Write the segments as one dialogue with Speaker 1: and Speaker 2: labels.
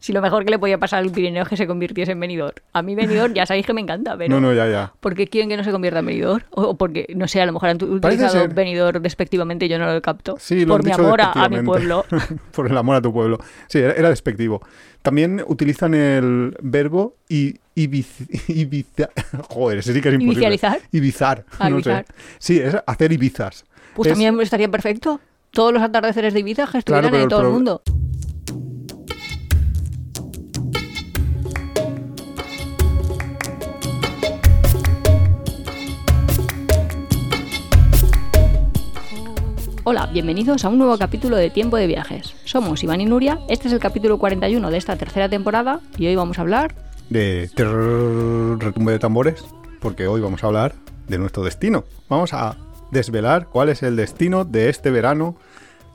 Speaker 1: Si lo mejor que le podía pasar al Pirineo es que se convirtiese en venidor. A mí venidor ya sabéis que me encanta, pero...
Speaker 2: No, no, ya, ya.
Speaker 1: ¿Por qué quieren que no se convierta en venidor? O, o porque, no sé, a lo mejor han tu-
Speaker 2: Parece
Speaker 1: utilizado
Speaker 2: ser.
Speaker 1: venidor despectivamente y yo no lo capto.
Speaker 2: Sí, lo
Speaker 1: Por
Speaker 2: han
Speaker 1: mi
Speaker 2: dicho
Speaker 1: amor a, a mi
Speaker 2: despectivamente.
Speaker 1: pueblo.
Speaker 2: Por el amor a tu pueblo. Sí, era, era despectivo. También utilizan el verbo y, ibiz- ibiza- Joder, ese sí que es imposible.
Speaker 1: ¿Ibicializar?
Speaker 2: Ibizar.
Speaker 1: Ah,
Speaker 2: no
Speaker 1: ibizar.
Speaker 2: sé. Sí, es hacer ibizas.
Speaker 1: Pues
Speaker 2: Es-
Speaker 1: también estaría perfecto. Todos los atardeceres de Ibiza que
Speaker 2: Claro,
Speaker 1: estuvieran
Speaker 2: pero
Speaker 1: en
Speaker 2: el
Speaker 1: todo el
Speaker 2: pro-
Speaker 1: mundo. Hola, bienvenidos a un nuevo capítulo de Tiempo de Viajes. Somos Iván y Nuria, este es el capítulo 41 de esta tercera temporada y hoy vamos a hablar
Speaker 2: de trrr, retumbe de tambores, porque hoy vamos a hablar de nuestro destino. Vamos a desvelar cuál es el destino de este verano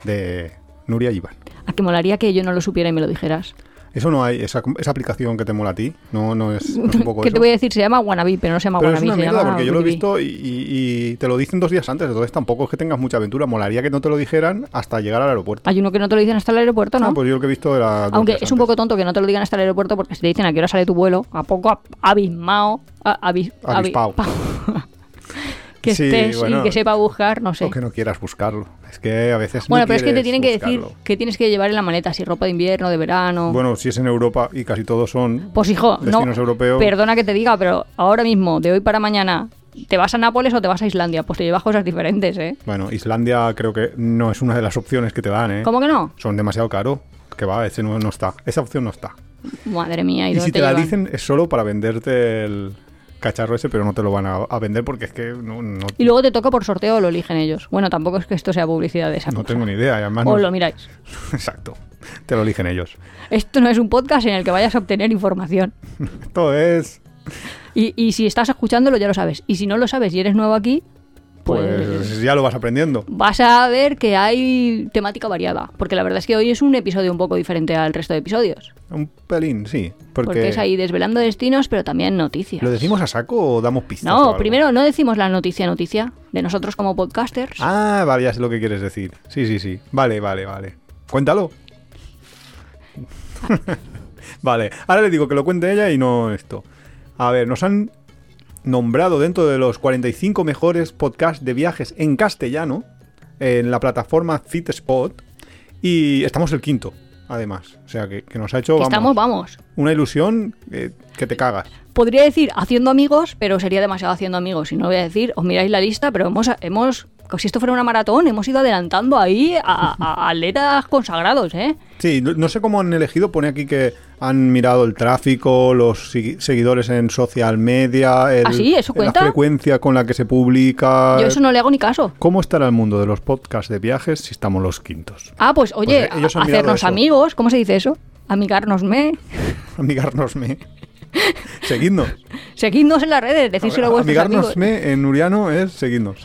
Speaker 2: de Nuria y Iván.
Speaker 1: a que molaría que yo no lo supiera y me lo dijeras.
Speaker 2: Eso no hay, esa, esa aplicación que te mola a ti, no, no es, no es un poco
Speaker 1: ¿Qué
Speaker 2: eso.
Speaker 1: te voy a decir? Se llama Wannabe, pero no se llama
Speaker 2: Pero es
Speaker 1: Wannabe,
Speaker 2: una
Speaker 1: se
Speaker 2: mierda,
Speaker 1: llama
Speaker 2: porque yo lo he
Speaker 1: Wannabe.
Speaker 2: visto y, y- y te lo dicen dos días antes, entonces tampoco es que tengas mucha aventura. Molaría que no te lo dijeran hasta llegar al aeropuerto.
Speaker 1: Hay uno que no te lo dicen hasta el aeropuerto, ¿no?
Speaker 2: Ah, pues yo lo que he visto era. dos
Speaker 1: Aunque
Speaker 2: días
Speaker 1: es un
Speaker 2: antes.
Speaker 1: poco tonto que no te lo digan hasta el aeropuerto porque si te dicen a qué hora sale tu vuelo, a poco ab- abismao, a- abis- abi-
Speaker 2: Avispao.
Speaker 1: pa- que
Speaker 2: Sí,
Speaker 1: estés y
Speaker 2: bueno.
Speaker 1: que sepa buscar, no sé.
Speaker 2: O que no quieras buscarlo. Es que a veces. no
Speaker 1: Bueno, pero es que te
Speaker 2: quieres
Speaker 1: tienen que decir
Speaker 2: buscarlo.
Speaker 1: que tienes que llevar en la maleta, si ropa de invierno, de verano.
Speaker 2: Bueno, si es en Europa y casi todos son.
Speaker 1: pues hijo, no,
Speaker 2: destinos europeos.
Speaker 1: perdona que te diga, pero ahora mismo, de hoy para mañana, ¿te vas a Nápoles o te vas a Islandia? Pues te llevas cosas diferentes, ¿eh?
Speaker 2: Bueno, Islandia creo que no es una de las opciones que te dan, ¿eh?
Speaker 1: ¿Cómo que no?
Speaker 2: Son demasiado caro. Que va, ese no, no está. Esa opción no está.
Speaker 1: Madre mía, ¿y,
Speaker 2: Y
Speaker 1: dónde
Speaker 2: si te,
Speaker 1: te,
Speaker 2: la
Speaker 1: llevan?
Speaker 2: dicen es solo para venderte el cacharro ese, pero no te lo van a, a vender porque es que no, no,
Speaker 1: Y luego te toca por sorteo o lo eligen ellos. Bueno, tampoco es que esto sea publicidad de esa
Speaker 2: no
Speaker 1: cosa.
Speaker 2: tengo ni idea. y además
Speaker 1: O
Speaker 2: Ah, no-
Speaker 1: lo miráis.
Speaker 2: Exacto. Te lo eligen ellos.
Speaker 1: Esto no es un podcast en el que vayas a obtener información.
Speaker 2: Esto es.
Speaker 1: Y, y si estás escuchándolo ya lo sabes. Y si no lo sabes y eres nuevo aquí, pues,
Speaker 2: Pues, ya lo vas aprendiendo.
Speaker 1: vas a ver que hay temática variada. Porque la verdad es que hoy es un episodio un poco diferente al resto de episodios.
Speaker 2: Un pelín, sí. Porque,
Speaker 1: Porque, es ahí desvelando destinos, pero también noticias.
Speaker 2: ¿Lo decimos a saco o damos pistas? o
Speaker 1: No,
Speaker 2: algo?
Speaker 1: primero no decimos la noticia noticia de nosotros como podcasters.
Speaker 2: Ah, vale, ya sé lo que quieres decir. Sí, sí, sí. Vale, vale, vale. Cuéntalo. vale, ahora le digo que lo cuente ella y no esto. A ver, nos han nombrado dentro de los 45 mejores podcasts de viajes en castellano en la plataforma FitSpot y estamos el quinto, además. O sea, que, que nos ha hecho
Speaker 1: Que
Speaker 2: vamos,
Speaker 1: estamos, vamos.
Speaker 2: una ilusión eh, que te cagas.
Speaker 1: Podría decir haciendo amigos, pero sería demasiado haciendo amigos. Y no voy a decir, os miráis la lista, pero hemos, hemos como si esto fuera una maratón, hemos ido adelantando ahí a, a- a atletas consagrados, ¿eh?
Speaker 2: Sí, no, no sé cómo han elegido, pone aquí que han mirado el tráfico, los si- seguidores en social media, el-
Speaker 1: ¿Ah, sí? ¿Eso cuenta?
Speaker 2: la frecuencia con la que se publica.
Speaker 1: Yo eso no le hago ni caso.
Speaker 2: ¿Cómo estará el mundo de los podcasts de viajes si estamos los quintos?
Speaker 1: Ah, pues oye,
Speaker 2: Pues, eh, ellos
Speaker 1: a-
Speaker 2: han mirado
Speaker 1: hacernos
Speaker 2: eso.
Speaker 1: amigos, ¿cómo se dice eso? Amigarnosme.
Speaker 2: Amigárnosme. Seguidnos.
Speaker 1: Seguidnos en las redes, decírselo a vuestros amigos.
Speaker 2: Amigárnosme en Uriano es seguidnos.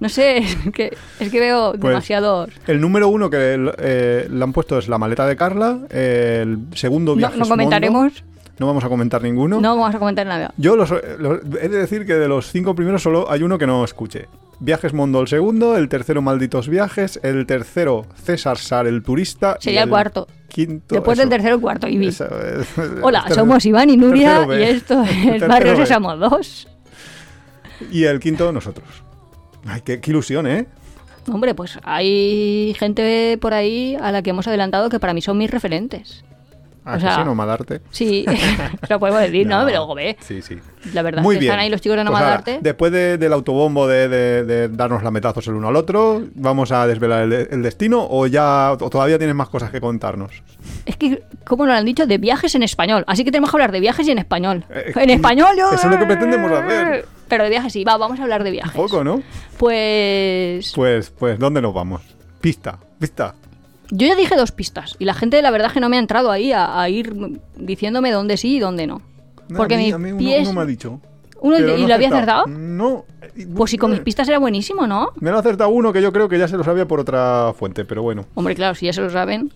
Speaker 1: No sé, es que, es que veo
Speaker 2: Pues-
Speaker 1: demasiados.
Speaker 2: El número uno que el- eh, le han puesto es la maleta de Carla. El segundo
Speaker 1: No-
Speaker 2: viaje.
Speaker 1: no
Speaker 2: es Mondo.
Speaker 1: comentaremos.
Speaker 2: No vamos a comentar ninguno.
Speaker 1: No, vamos a comentar nada.
Speaker 2: Yo los, los- he de decir que de los cinco primeros solo hay uno que no escuché. Viajes Mondo el segundo, el tercero Malditos Viajes, el tercero César Sar el turista. y
Speaker 1: Sería el cuarto.
Speaker 2: Quinto.
Speaker 1: Después del
Speaker 2: eso.
Speaker 1: tercero y cuarto, Ibi.
Speaker 2: Esa- eh,
Speaker 1: Hola,
Speaker 2: tercero-
Speaker 1: somos Iván y Nuria
Speaker 2: tercero B.
Speaker 1: y esto es
Speaker 2: Tercero
Speaker 1: Barrio
Speaker 2: B.
Speaker 1: Sésamo 2.
Speaker 2: Y el quinto nosotros. Ay, qué, qué ilusión, ¿eh?
Speaker 1: Hombre, pues hay gente por ahí a la que hemos adelantado que para mí son mis referentes.
Speaker 2: ¿A
Speaker 1: O
Speaker 2: que
Speaker 1: sea,
Speaker 2: sí, Nomadarte?
Speaker 1: Sí, lo podemos decir, ¿no? Pero ve,
Speaker 2: Sí, sí.
Speaker 1: la verdad
Speaker 2: Muy
Speaker 1: es que
Speaker 2: bien.
Speaker 1: están ahí los chicos de
Speaker 2: Pues ahora,
Speaker 1: Nomadarte.
Speaker 2: después de- del autobombo de, de- de darnos lametazos el uno al otro, ¿vamos a desvelar el, el destino o ya o todavía tienes más cosas que contarnos?
Speaker 1: Es que, ¿cómo nos lo han dicho? De viajes en español. Así que tenemos que hablar de viajes y en español.
Speaker 2: Eh,
Speaker 1: en español yo...
Speaker 2: eso es lo que pretendemos hacer.
Speaker 1: Pero de viajes sí, va, vamos a hablar de viajes.
Speaker 2: Poco, ¿no?
Speaker 1: Pues...
Speaker 2: Pues, pues, ¿dónde nos vamos? Pista, pista.
Speaker 1: Yo ya dije dos pistas y la gente la verdad es que no me ha entrado ahí a, a ir diciéndome dónde sí y dónde no. Porque
Speaker 2: a mí,
Speaker 1: mis
Speaker 2: a mí uno-
Speaker 1: pies...
Speaker 2: uno, me ha dicho.
Speaker 1: Uno-
Speaker 2: Pero
Speaker 1: ¿y
Speaker 2: no
Speaker 1: lo había
Speaker 2: acertado.
Speaker 1: acertado?
Speaker 2: No.
Speaker 1: Pues sí, con mis pistas era buenísimo, ¿no?
Speaker 2: Me lo ha acertado uno que yo creo que ya se lo sabía por otra fuente, pero bueno,
Speaker 1: Hombre, claro, si ya se lo saben.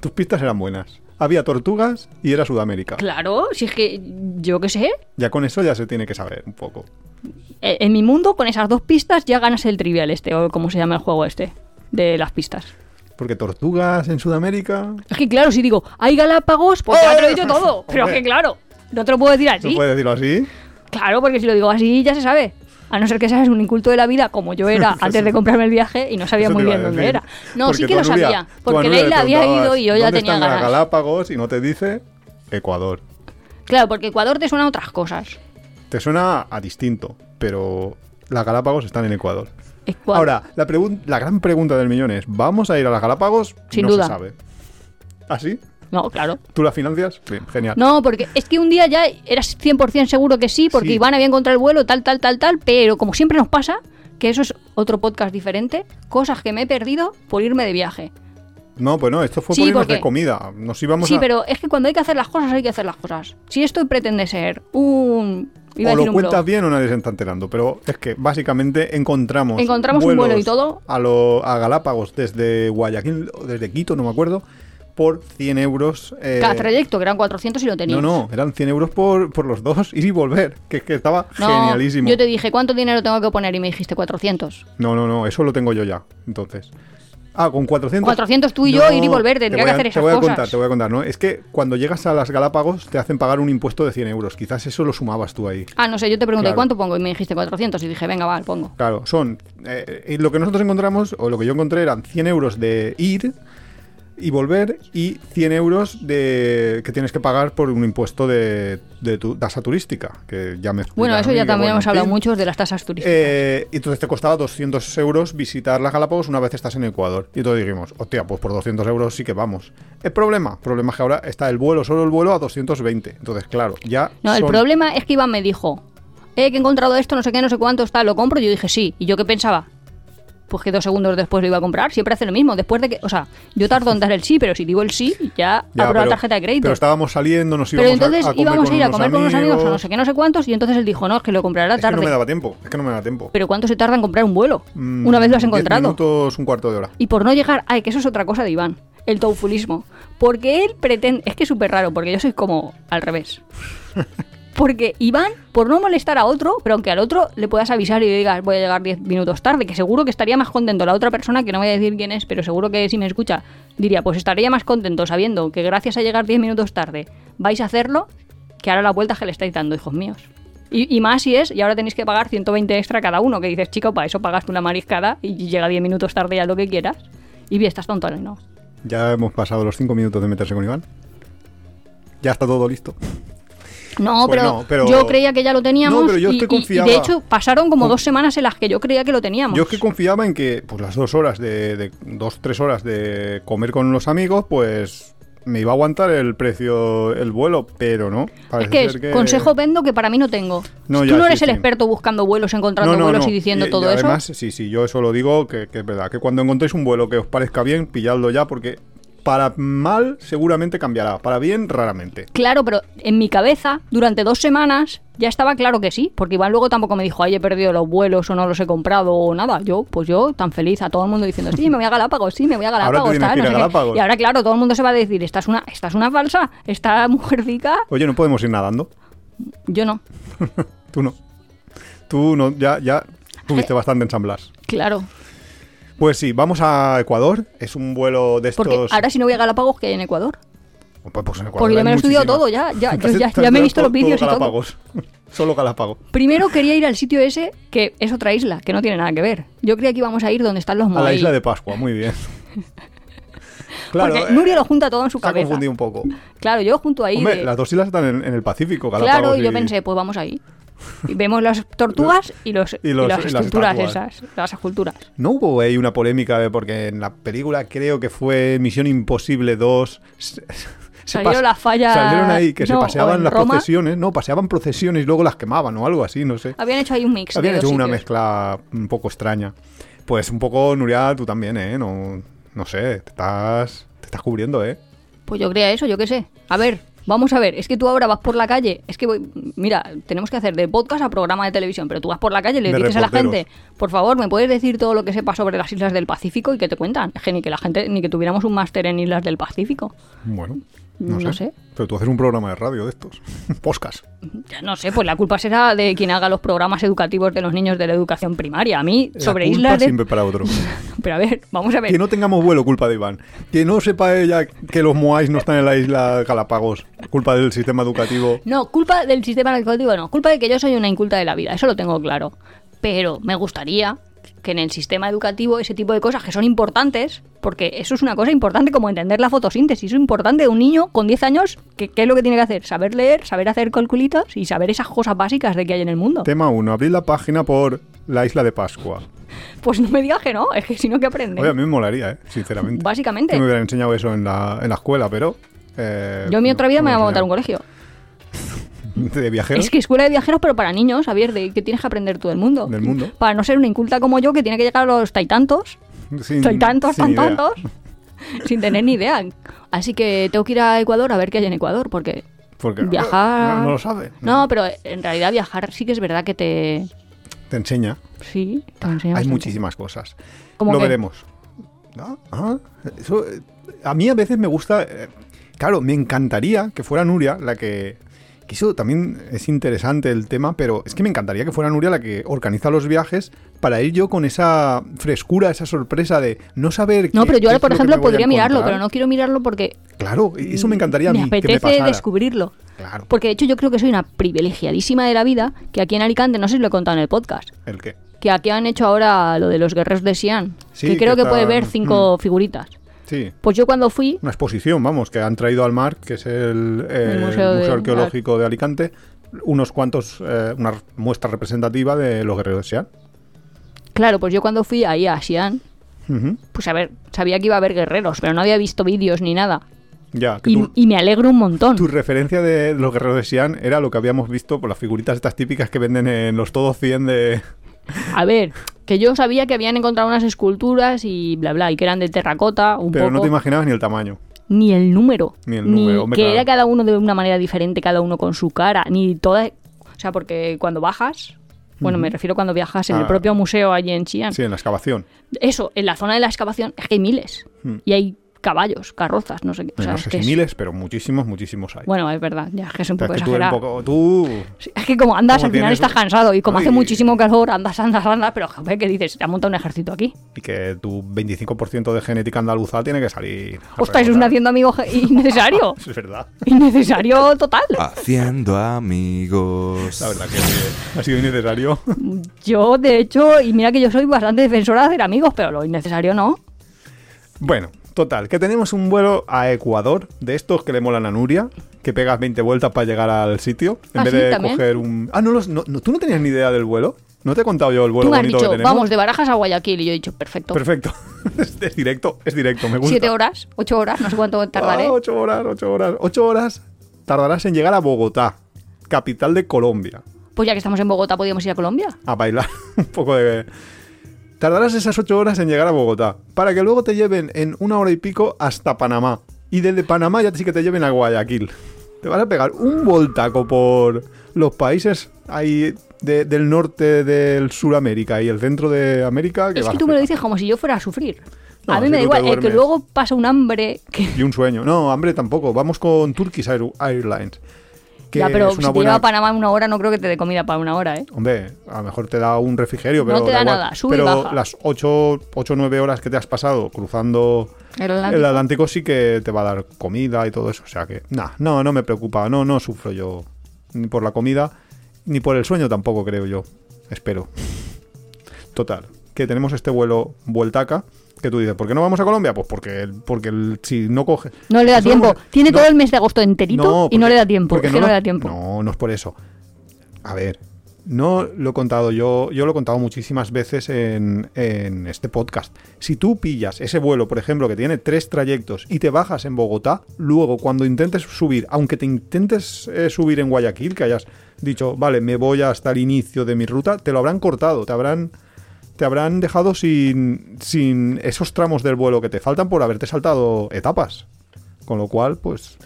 Speaker 2: tus pistas eran buenas. Había tortugas y era Sudamérica.
Speaker 1: Claro, si es que yo qué sé.
Speaker 2: Ya con eso ya se tiene que saber un poco.
Speaker 1: eh, En mi mundo, con esas dos pistas ya ganas el trivial este, o como se llama el juego este, de las pistas.
Speaker 2: Porque tortugas en Sudamérica.
Speaker 1: Es que claro, si digo, hay Galápagos, pues ya te lo he dicho todo. Pero es
Speaker 2: Hombre.
Speaker 1: que claro, no te lo puedo decir
Speaker 2: ¿Se
Speaker 1: así.
Speaker 2: puede decirlo así?
Speaker 1: Claro, porque si lo digo así ya se sabe. A no ser que seas un inculto de la vida como yo era antes de comprarme el viaje y no sabía
Speaker 2: Eso
Speaker 1: muy
Speaker 2: te iba
Speaker 1: bien
Speaker 2: a
Speaker 1: dónde
Speaker 2: decir.
Speaker 1: era. No,
Speaker 2: Porque
Speaker 1: sí que
Speaker 2: tú a
Speaker 1: lo
Speaker 2: Nuria-
Speaker 1: sabía.
Speaker 2: tú a
Speaker 1: Porque
Speaker 2: Nuria le
Speaker 1: Leila había
Speaker 2: preguntabas,
Speaker 1: ido y yo ya
Speaker 2: ¿dónde
Speaker 1: tenía
Speaker 2: están las
Speaker 1: ganas.
Speaker 2: Galápagos y no te dice Ecuador.
Speaker 1: Claro, porque Ecuador te suena a otras cosas.
Speaker 2: Te suena a distinto, pero las Galápagos están en Ecuador.
Speaker 1: Ecuador.
Speaker 2: Ahora, la, pregun- la gran pregunta del millón es, ¿vamos a ir a las Galápagos?
Speaker 1: Sin
Speaker 2: no
Speaker 1: duda.
Speaker 2: se sabe. ¿Así?
Speaker 1: No, claro.
Speaker 2: ¿Tú la financias? Bien, genial.
Speaker 1: No, porque es que un día ya eras 100% seguro que sí, porque
Speaker 2: Sí.
Speaker 1: Iván había encontrado el vuelo, tal, tal, tal, tal, pero como siempre nos pasa, que eso es otro podcast diferente, cosas que me he perdido por irme de viaje.
Speaker 2: No, pues no, esto fue
Speaker 1: Sí,
Speaker 2: por irnos
Speaker 1: porque-
Speaker 2: de comida. Nos íbamos
Speaker 1: sí,
Speaker 2: a...
Speaker 1: pero es que cuando hay que hacer las cosas, hay que hacer las cosas. Si esto pretende ser un... Iba a decir
Speaker 2: o lo
Speaker 1: un blog.
Speaker 2: cuentas bien o nadie se está enterando, pero es que básicamente encontramos,
Speaker 1: Encontramos un vuelo
Speaker 2: vuelos
Speaker 1: y todo.
Speaker 2: a, lo- a Galápagos desde Guayaquil o desde Quito, no me acuerdo, por 100 euros. eh,
Speaker 1: Cada trayecto, que eran 400 y lo tenías.
Speaker 2: no, no, eran 100 euros por, por los dos ir y volver, que, que estaba
Speaker 1: No,
Speaker 2: genialísimo.
Speaker 1: Yo te dije, ¿cuánto dinero tengo que poner? Y me dijiste 400.
Speaker 2: No, no, no, eso lo tengo yo ya, entonces. Ah, con 400.
Speaker 1: 400 tú y yo, ir y volver,
Speaker 2: te
Speaker 1: tendría
Speaker 2: voy
Speaker 1: que
Speaker 2: a-
Speaker 1: hacer esas
Speaker 2: Te voy a
Speaker 1: cosas.
Speaker 2: contar, te voy a contar, ¿no? Es que cuando llegas a las Galápagos te hacen pagar un impuesto de 100 euros, quizás eso lo sumabas tú ahí.
Speaker 1: Ah, no sé, yo te pregunté,
Speaker 2: Claro.
Speaker 1: ¿cuánto pongo? Y me dijiste 400. Y dije, venga, va, lo pongo.
Speaker 2: Claro, son. eh, y lo que nosotros encontramos, o lo que yo encontré, eran 100 euros de ir y volver y 100 euros de que tienes que pagar por un impuesto de, de tu tasa turística. Que ya me
Speaker 1: Bueno,
Speaker 2: explicaron
Speaker 1: eso
Speaker 2: a mí
Speaker 1: ya
Speaker 2: que,
Speaker 1: también
Speaker 2: bueno,
Speaker 1: hemos
Speaker 2: en
Speaker 1: hablado
Speaker 2: fin.
Speaker 1: mucho de las tasas turísticas.
Speaker 2: Eh, y entonces te costaba 200 euros visitar las Galápagos una vez estás en Ecuador. Y entonces dijimos, hostia, pues por 200 euros sí que vamos. El problema, problema es que ahora está el vuelo, solo el vuelo a 220. Entonces, claro, ya.
Speaker 1: no, el
Speaker 2: son-
Speaker 1: problema es que Iván me dijo, eh, que he encontrado esto, no sé qué, no sé cuánto está, lo compro. Y yo dije, sí. ¿Y yo qué pensaba? Pues que dos segundos después lo iba a comprar. Siempre hace lo mismo. Después de que, o sea, yo tardo en dar el sí, pero si digo el sí, ya,
Speaker 2: Ya,
Speaker 1: abro
Speaker 2: pero-
Speaker 1: la tarjeta de crédito.
Speaker 2: Pero estábamos saliendo, nos
Speaker 1: Pero
Speaker 2: íbamos a-
Speaker 1: entonces
Speaker 2: a, comer
Speaker 1: íbamos
Speaker 2: con
Speaker 1: a ir a
Speaker 2: unos
Speaker 1: comer con unos amigos o no sé qué, no sé cuántos, y entonces él dijo, no, es que lo comprará
Speaker 2: Es que
Speaker 1: tarde.
Speaker 2: no me daba tiempo, es que no me daba tiempo.
Speaker 1: Pero ¿cuánto se tarda en comprar un vuelo?
Speaker 2: Mm,
Speaker 1: Una vez lo has
Speaker 2: diez
Speaker 1: encontrado.
Speaker 2: minutos, un cuarto de hora.
Speaker 1: Y por no llegar, ay, que eso es otra cosa de Iván, el toufulismo. Porque él pretende, es que es súper raro, porque yo soy como al revés. Porque Iván, por no molestar a otro, pero aunque al otro le puedas avisar y le digas voy a llegar 10 minutos tarde, que seguro que estaría más contento la otra persona, que no voy a decir quién es, pero seguro que si me escucha, diría, pues estaría más contento sabiendo que gracias a llegar 10 minutos tarde vais a hacerlo, que ahora las vueltas que le estáis dando, hijos míos. Y, y más si es, y ahora tenéis que pagar 120 extra cada uno, que dices, chico, para eso pagaste una mariscada y llega 10 minutos tarde ya lo que quieras. Y bien, estás tonto, ¿no?
Speaker 2: Ya hemos pasado los cinco minutos de meterse con Iván. Ya está todo listo.
Speaker 1: No,
Speaker 2: Pues
Speaker 1: pero,
Speaker 2: no, pero-
Speaker 1: yo creía que ya lo teníamos.
Speaker 2: No, pero yo
Speaker 1: y-
Speaker 2: es
Speaker 1: y-
Speaker 2: que
Speaker 1: y
Speaker 2: confiaba.
Speaker 1: de hecho, pasaron como dos semanas en las que yo creía que lo teníamos.
Speaker 2: Yo es que confiaba en que pues las dos horas de, de- dos tres horas de comer con los amigos, pues me iba a aguantar el precio, el vuelo, pero no.
Speaker 1: Es
Speaker 2: Parece
Speaker 1: que es
Speaker 2: ser que-
Speaker 1: consejo vendo que para mí no tengo.
Speaker 2: No,
Speaker 1: Tú
Speaker 2: ya,
Speaker 1: no
Speaker 2: sí,
Speaker 1: eres el
Speaker 2: sí.
Speaker 1: experto buscando vuelos, encontrando vuelos y diciendo todo eso.
Speaker 2: además, sí, sí, yo eso lo digo, que, que es verdad, que cuando encontréis un vuelo que os parezca bien, pilladlo ya, porque para mal seguramente cambiará, para bien raramente.
Speaker 1: Claro, pero en mi cabeza, durante dos semanas, ya estaba claro que sí, porque Iván luego tampoco me dijo, ay, he perdido los vuelos o no los he comprado o nada. Yo, pues yo, tan feliz, a todo el mundo diciendo, sí, me voy a Galápagos, sí, me voy a
Speaker 2: Ahora
Speaker 1: Galápagos.
Speaker 2: te tienes
Speaker 1: tal,
Speaker 2: que ir
Speaker 1: no
Speaker 2: a
Speaker 1: sé qué".
Speaker 2: Galápagos.
Speaker 1: Y ahora, claro, todo el mundo se va a decir, esta es una, esta es una falsa, esta mujercica,
Speaker 2: Oye, no podemos ir nadando.
Speaker 1: yo no.
Speaker 2: Tú no. Tú no, ya, ya tuviste
Speaker 1: Eh.
Speaker 2: bastante ensamblas.
Speaker 1: Claro,
Speaker 2: Pues sí, vamos a Ecuador. Es un vuelo de estos.
Speaker 1: porque ahora si no voy a Galápagos, ¿qué hay en Ecuador?
Speaker 2: Pues, pues en Ecuador
Speaker 1: Porque yo
Speaker 2: hay
Speaker 1: me lo he estudiado
Speaker 2: muchísimas.
Speaker 1: todo, ya, ya, yo
Speaker 2: Te has-
Speaker 1: ya,
Speaker 2: te has
Speaker 1: ya me he
Speaker 2: estudiado
Speaker 1: visto
Speaker 2: todo-
Speaker 1: los vídeos y
Speaker 2: todo
Speaker 1: todo.
Speaker 2: Galápagos. Solo Galápagos.
Speaker 1: Primero quería ir al sitio ese, que es otra isla, que no tiene nada que ver. Yo creía que íbamos a ir donde están los
Speaker 2: A la
Speaker 1: Moai.
Speaker 2: isla de Pascua, muy bien. Claro,
Speaker 1: porque
Speaker 2: eh,
Speaker 1: Nuria lo junta todo en su
Speaker 2: se ha
Speaker 1: cabeza.
Speaker 2: confundido un poco.
Speaker 1: Claro, yo junto ahí.
Speaker 2: Hombre,
Speaker 1: de-
Speaker 2: las dos islas están en, en el Pacífico, Galápagos.
Speaker 1: claro, y yo
Speaker 2: y-
Speaker 1: pensé, pues vamos ahí. Y vemos las tortugas y, los,
Speaker 2: Y
Speaker 1: y
Speaker 2: los-
Speaker 1: las
Speaker 2: y las
Speaker 1: estructuras
Speaker 2: estatuas.
Speaker 1: esas, las esculturas.
Speaker 2: No hubo ahí una polémica, eh, porque en la película creo que fue Misión Imposible 2. se- se
Speaker 1: Salieron
Speaker 2: pas-
Speaker 1: las fallas-
Speaker 2: Salieron ahí, que se
Speaker 1: no, o
Speaker 2: paseaban
Speaker 1: en
Speaker 2: las
Speaker 1: Roma.
Speaker 2: procesiones. No, paseaban procesiones y luego las quemaban o algo así, no sé.
Speaker 1: Habían hecho ahí un mix. de
Speaker 2: Habían
Speaker 1: dos
Speaker 2: hecho una
Speaker 1: sitios.
Speaker 2: mezcla un poco extraña. Pues un poco, Nuria, tú también, ¿eh? No, no sé, te estás, te estás cubriendo, ¿eh?
Speaker 1: Pues yo creía eso, yo qué sé. A ver, vamos a ver, es que tú ahora vas por la calle, es que voy, mira, tenemos que hacer de podcast a programa de televisión, pero tú vas por la calle y le
Speaker 2: De
Speaker 1: dices a la
Speaker 2: reporteros.
Speaker 1: gente, por favor, ¿me puedes decir todo lo que sepa sobre las islas del Pacífico y que te cuentan? Es que ni que la gente, ni que tuviéramos un máster en islas del Pacífico.
Speaker 2: Bueno, No, sé. Pero tú haces un programa de radio de estos. Podcast.
Speaker 1: Ya No sé, pues la culpa será de quien haga los programas educativos de los niños de la educación primaria. A mí,
Speaker 2: La
Speaker 1: sobre
Speaker 2: culpa
Speaker 1: islas de...
Speaker 2: siempre para otro.
Speaker 1: Pero a ver, vamos a ver.
Speaker 2: Que no tengamos vuelo, culpa de Iván. Que no sepa ella que los Moais no están en la isla Galápagos. Culpa del sistema educativo.
Speaker 1: No, culpa del sistema educativo no, culpa de que yo soy una inculta de la vida, eso lo tengo claro. Pero me gustaría que en el sistema educativo ese tipo de cosas que son importantes, porque eso es una cosa importante como entender la fotosíntesis, eso es importante de un niño con 10 años, que, ¿qué es lo que tiene que hacer? Saber leer, saber hacer calculitos y saber esas cosas básicas de que hay en el mundo.
Speaker 2: Tema 1. Abrir la página por la isla de Pascua.
Speaker 1: Pues no me digas que no, es que si no, ¿qué
Speaker 2: Oye, a
Speaker 1: aprende?
Speaker 2: mí me molaría, ¿eh? sinceramente.
Speaker 1: Básicamente.
Speaker 2: Que me hubieran enseñado eso en la, en la escuela, pero. eh,
Speaker 1: Yo en mi
Speaker 2: no,
Speaker 1: otra vida
Speaker 2: no
Speaker 1: me voy a montar
Speaker 2: enseñaron.
Speaker 1: un colegio.
Speaker 2: ¿De viajeros?
Speaker 1: Es que escuela de viajeros, pero para niños, Javier, de que tienes que aprender tú del mundo.
Speaker 2: Del mundo.
Speaker 1: Para no ser una inculta como yo, que tiene que llegar a los taitantos.
Speaker 2: Sin-
Speaker 1: Soy tantos,
Speaker 2: sin
Speaker 1: tan
Speaker 2: idea.
Speaker 1: tantos, sin tener ni idea. Así que tengo que ir a Ecuador a ver qué hay en Ecuador, porque
Speaker 2: Porque no-
Speaker 1: viajar...
Speaker 2: No, no lo sabe.
Speaker 1: No, pero en realidad viajar sí que es verdad que te...
Speaker 2: Te enseña.
Speaker 1: Sí, te enseña
Speaker 2: Ah, Hay
Speaker 1: bastante.
Speaker 2: muchísimas cosas.
Speaker 1: ¿Cómo
Speaker 2: Lo
Speaker 1: qué?
Speaker 2: veremos. Ah, ah, eso, eh, a mí a veces me gusta. eh, claro, me encantaría que fuera Nuria la que. Que eso también es interesante el tema, pero es que me encantaría que fuera Nuria la que organiza los viajes para ir yo con esa frescura, esa sorpresa de no saber.
Speaker 1: No,
Speaker 2: qué-
Speaker 1: pero yo
Speaker 2: qué
Speaker 1: ahora,
Speaker 2: es
Speaker 1: por
Speaker 2: lo que me
Speaker 1: ejemplo,
Speaker 2: voy a
Speaker 1: podría mirarlo,
Speaker 2: encontrar.
Speaker 1: pero no quiero mirarlo porque
Speaker 2: Claro, eso me encantaría a mí.
Speaker 1: me
Speaker 2: que me
Speaker 1: apetece
Speaker 2: pasara.
Speaker 1: descubrirlo.
Speaker 2: Claro.
Speaker 1: Porque de hecho yo creo que soy una privilegiadísima de la vida, que aquí en Alicante, no sé si lo he contado en el podcast,
Speaker 2: ¿El qué?
Speaker 1: que aquí han hecho ahora lo de los guerreros de Xi'an,
Speaker 2: Sí,
Speaker 1: que creo
Speaker 2: que
Speaker 1: que, puede
Speaker 2: están- mm.
Speaker 1: ver cinco figuritas.
Speaker 2: Sí.
Speaker 1: Pues yo cuando fui,
Speaker 2: una exposición, vamos, que han traído al mar, que es el, eh,
Speaker 1: El Museo
Speaker 2: Museo,
Speaker 1: de-
Speaker 2: Arqueológico de Alicante, unos cuantos, eh, una muestra representativa de los guerreros de Xi'an.
Speaker 1: claro, pues yo cuando fui ahí a Xi'an,
Speaker 2: Ujú.
Speaker 1: pues a ver, sabía que iba a haber guerreros, pero no había visto vídeos ni nada.
Speaker 2: Ya, que
Speaker 1: Y,
Speaker 2: tu,
Speaker 1: y me alegro un montón.
Speaker 2: tu referencia de los guerreros de Xi'an era lo que habíamos visto por las figuritas estas típicas que venden en los todos 100 de...
Speaker 1: A ver, que yo sabía que habían encontrado unas esculturas y bla bla, y que eran de terracota, un
Speaker 2: Pero
Speaker 1: poco.
Speaker 2: no te imaginabas ni el tamaño.
Speaker 1: ni el número.
Speaker 2: Ni el número, hombre,
Speaker 1: que
Speaker 2: claro.
Speaker 1: era cada uno de una manera diferente, cada uno con su cara, ni toda. O sea, porque cuando bajas. Bueno, me refiero cuando viajas en el
Speaker 2: Ah.
Speaker 1: propio museo allí en Xi'an.
Speaker 2: Sí, en la excavación.
Speaker 1: Eso, en la zona de la excavación es que hay miles.
Speaker 2: Hmm. pues
Speaker 1: Y hay caballos, carrozas, no sé qué. O sea,
Speaker 2: no
Speaker 1: es
Speaker 2: sé
Speaker 1: que
Speaker 2: si
Speaker 1: es-
Speaker 2: miles, pero muchísimos, muchísimos hay.
Speaker 1: Bueno, pues es verdad, ya es que es un
Speaker 2: O sea,
Speaker 1: poco
Speaker 2: es que tú eres un
Speaker 1: exagerado.
Speaker 2: poco... Tú...
Speaker 1: Sí, Es que como andas,
Speaker 2: Como
Speaker 1: al final
Speaker 2: tienes-
Speaker 1: estás cansado y como
Speaker 2: Ay.
Speaker 1: hace muchísimo calor, andas, andas, andas, pero joder, ¿qué dices? Se ha montado un ejército aquí.
Speaker 2: Y que tu 25% de genética andaluza tiene que salir... a
Speaker 1: Ostras, es un
Speaker 2: rebotar.
Speaker 1: haciendo amigo ge- innecesario.
Speaker 2: Es verdad.
Speaker 1: innecesario total.
Speaker 2: Ah.
Speaker 3: Haciendo amigos.
Speaker 2: La verdad que sí, eh. ha sido innecesario.
Speaker 1: Yo, de hecho, y mira que yo soy bastante defensora de hacer amigos, pero lo innecesario no.
Speaker 2: Bueno, total, que tenemos un vuelo a Ecuador, de estos que le molan a Nuria, que pegas 20 vueltas para llegar al sitio, en
Speaker 1: Ah,
Speaker 2: vez
Speaker 1: sí,
Speaker 2: de
Speaker 1: también.
Speaker 2: coger un... Ah, no, los- no, no, tú no tenías ni idea del vuelo. ¿No te he contado yo el vuelo
Speaker 1: Tú me has
Speaker 2: bonito que
Speaker 1: dicho,
Speaker 2: tenemos?
Speaker 1: vamos de Barajas a Guayaquil, y yo he dicho, perfecto.
Speaker 2: Perfecto. es, es directo, es directo, me gusta.
Speaker 1: Siete horas, ¿eh? ocho horas, no sé cuánto tardaré.
Speaker 2: Ah, ocho horas, ocho horas. Ocho horas tardarás en llegar a Bogotá, capital de Colombia,
Speaker 1: Pues ya que estamos en Bogotá, podíamos ir a Colombia.
Speaker 2: a bailar un poco de... Tardarás esas ocho horas en llegar a Bogotá, para que luego te lleven en una hora y pico hasta Panamá. Y desde Panamá ya sí que te lleven a Guayaquil. Te vas a pegar un voltaco por los países ahí de- del norte, del Suramérica y el centro de América. Que
Speaker 1: es
Speaker 2: vas
Speaker 1: que
Speaker 2: a
Speaker 1: tú me lo
Speaker 2: flipar.
Speaker 1: dices como si yo fuera a sufrir.
Speaker 2: No,
Speaker 1: a mí
Speaker 2: si
Speaker 1: me
Speaker 2: tú
Speaker 1: da igual,
Speaker 2: te
Speaker 1: el que
Speaker 2: duermes.
Speaker 1: luego pasa un hambre que...
Speaker 2: Y un sueño. No, hambre tampoco. Vamos con Turkish Air- Airlines. Que
Speaker 1: ya, pero
Speaker 2: es
Speaker 1: si
Speaker 2: una
Speaker 1: te
Speaker 2: buena...
Speaker 1: lleva a Panamá una hora, no creo que te dé comida para una hora, ¿eh?
Speaker 2: Hombre, a lo mejor te da un refrigerio,
Speaker 1: No
Speaker 2: pero
Speaker 1: te
Speaker 2: da
Speaker 1: da
Speaker 2: igual.
Speaker 1: nada, sube y
Speaker 2: pero
Speaker 1: baja.
Speaker 2: las 8 o 9 horas que te has pasado cruzando
Speaker 1: El Atlántico.
Speaker 2: el Atlántico sí que te va a dar comida y todo eso. O sea que, nah, no, no me preocupa. No, no sufro yo ni por la comida, ni por el sueño tampoco, creo yo. Espero. Total, que tenemos este vuelo vueltaca. Que tú dices, ¿por qué no vamos a Colombia? Pues porque, el- porque el- si no coge.
Speaker 1: No le da
Speaker 2: Nosotros
Speaker 1: tiempo.
Speaker 2: hemos-
Speaker 1: Tiene
Speaker 2: no,
Speaker 1: todo el mes de agosto enterito y no
Speaker 2: porque-
Speaker 1: le da tiempo.
Speaker 2: porque
Speaker 1: Es que no
Speaker 2: nos-
Speaker 1: le da tiempo.
Speaker 2: No, no es por eso. A ver, no lo he contado yo, yo lo he contado muchísimas veces en, en este podcast. Si tú pillas ese vuelo, por ejemplo, que tiene tres trayectos y te bajas en Bogotá, luego cuando intentes subir, aunque te intentes eh, subir en Guayaquil, que hayas dicho, vale, me voy hasta el inicio de mi ruta, te lo habrán cortado, te habrán... Te habrán dejado sin, sin esos tramos del vuelo que te faltan por haberte saltado etapas. Con lo cual, pues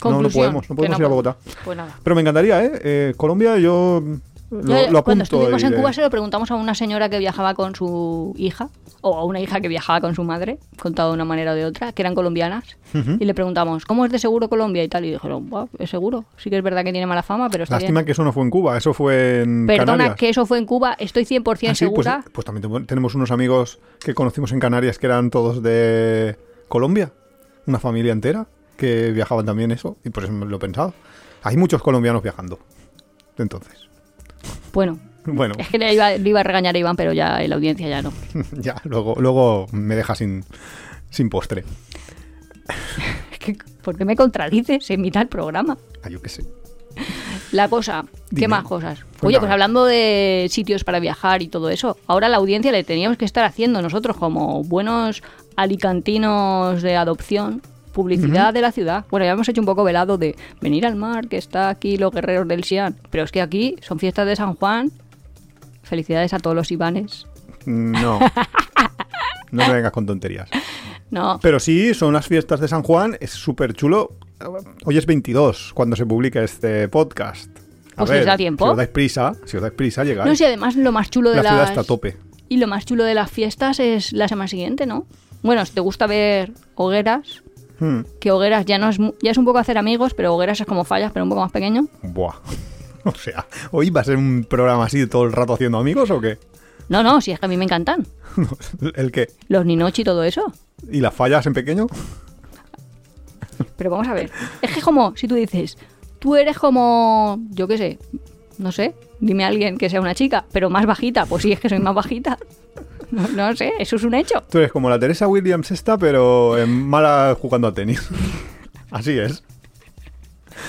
Speaker 1: Conclusión,
Speaker 2: podemos, no
Speaker 1: que
Speaker 2: podemos ir a Bogotá.
Speaker 1: Pues nada.
Speaker 2: pero me encantaría, ¿eh? Eh, Colombia, yo mm, Lo,
Speaker 1: Yo,
Speaker 2: lo apunto.
Speaker 1: Cuando estuvimos
Speaker 2: y
Speaker 1: en
Speaker 2: le-
Speaker 1: Cuba se lo preguntamos a una señora que viajaba con su hija, o a una hija que viajaba con su madre, contado de una manera o de otra, que eran colombianas,
Speaker 2: Ujú.
Speaker 1: y le preguntamos, ¿cómo es de seguro Colombia y tal? Y dijeron, "Buah, es seguro, sí que es verdad que tiene mala fama, pero está
Speaker 2: Lástima
Speaker 1: bien.
Speaker 2: que eso no fue en Cuba, eso fue en
Speaker 1: Perdona
Speaker 2: Canarias.
Speaker 1: que eso fue en Cuba, estoy 100%
Speaker 2: Ah, sí, pues,
Speaker 1: segura.
Speaker 2: pues también tenemos- tenemos unos amigos que conocimos en Canarias que eran todos de Colombia, una familia entera que viajaban también eso, y por eso me lo he pensado. Hay muchos colombianos viajando. Entonces,
Speaker 1: Bueno,
Speaker 2: bueno,
Speaker 1: es que le iba, le iba a regañar a Iván, pero ya en la audiencia ya no.
Speaker 2: ya, luego, luego me deja sin, sin postre.
Speaker 1: Es que, ¿por qué me contradices en mitad del programa?
Speaker 2: Ah, yo qué sé.
Speaker 1: La cosa, ¿qué
Speaker 2: Dime.
Speaker 1: más cosas? Oye,
Speaker 2: Cuéntame.
Speaker 1: pues hablando de sitios para viajar y todo eso, ahora la audiencia le teníamos que estar haciendo nosotros como buenos alicantinos de adopción, publicidad de la ciudad. Bueno, ya hemos hecho un poco velado de venir al mar, que está aquí los guerreros del Sian, pero es que aquí son fiestas de San Juan. Felicidades a todos los ibanes.
Speaker 2: No. No me vengas con tonterías.
Speaker 1: No,
Speaker 2: Pero sí, son las fiestas de San Juan, es súper chulo. Hoy es 22 cuando se publica este podcast.
Speaker 1: Pues les da tiempo.
Speaker 2: Si os dais prisa, si os dais prisa, llegáis.
Speaker 1: no sé, además lo más chulo de
Speaker 2: la ciudad
Speaker 1: las-
Speaker 2: está a tope.
Speaker 1: Y lo más chulo de las fiestas es la semana siguiente, ¿no? Bueno, si te gusta ver hogueras,
Speaker 2: Hmm.
Speaker 1: que hogueras ya no es mu- ya es un poco hacer amigos, pero hogueras es como fallas, pero un poco más pequeño.
Speaker 2: Buah. O sea, ¿hoy va a ser un programa así todo el rato haciendo amigos o qué?
Speaker 1: No, no, si es que a mí me encantan.
Speaker 2: ¿El qué?
Speaker 1: Los Ninochi y todo eso.
Speaker 2: ¿Y las fallas en pequeño?
Speaker 1: Pero vamos a ver. Es que es como, si tú dices, tú eres como, yo qué sé, no sé, dime a alguien que sea una chica, pero más bajita. Pues sí, es que soy más bajita. No, no sé, eso es un hecho.
Speaker 2: Tú eres como la Teresa Williams esta, pero en mala jugando a tenis. Así es.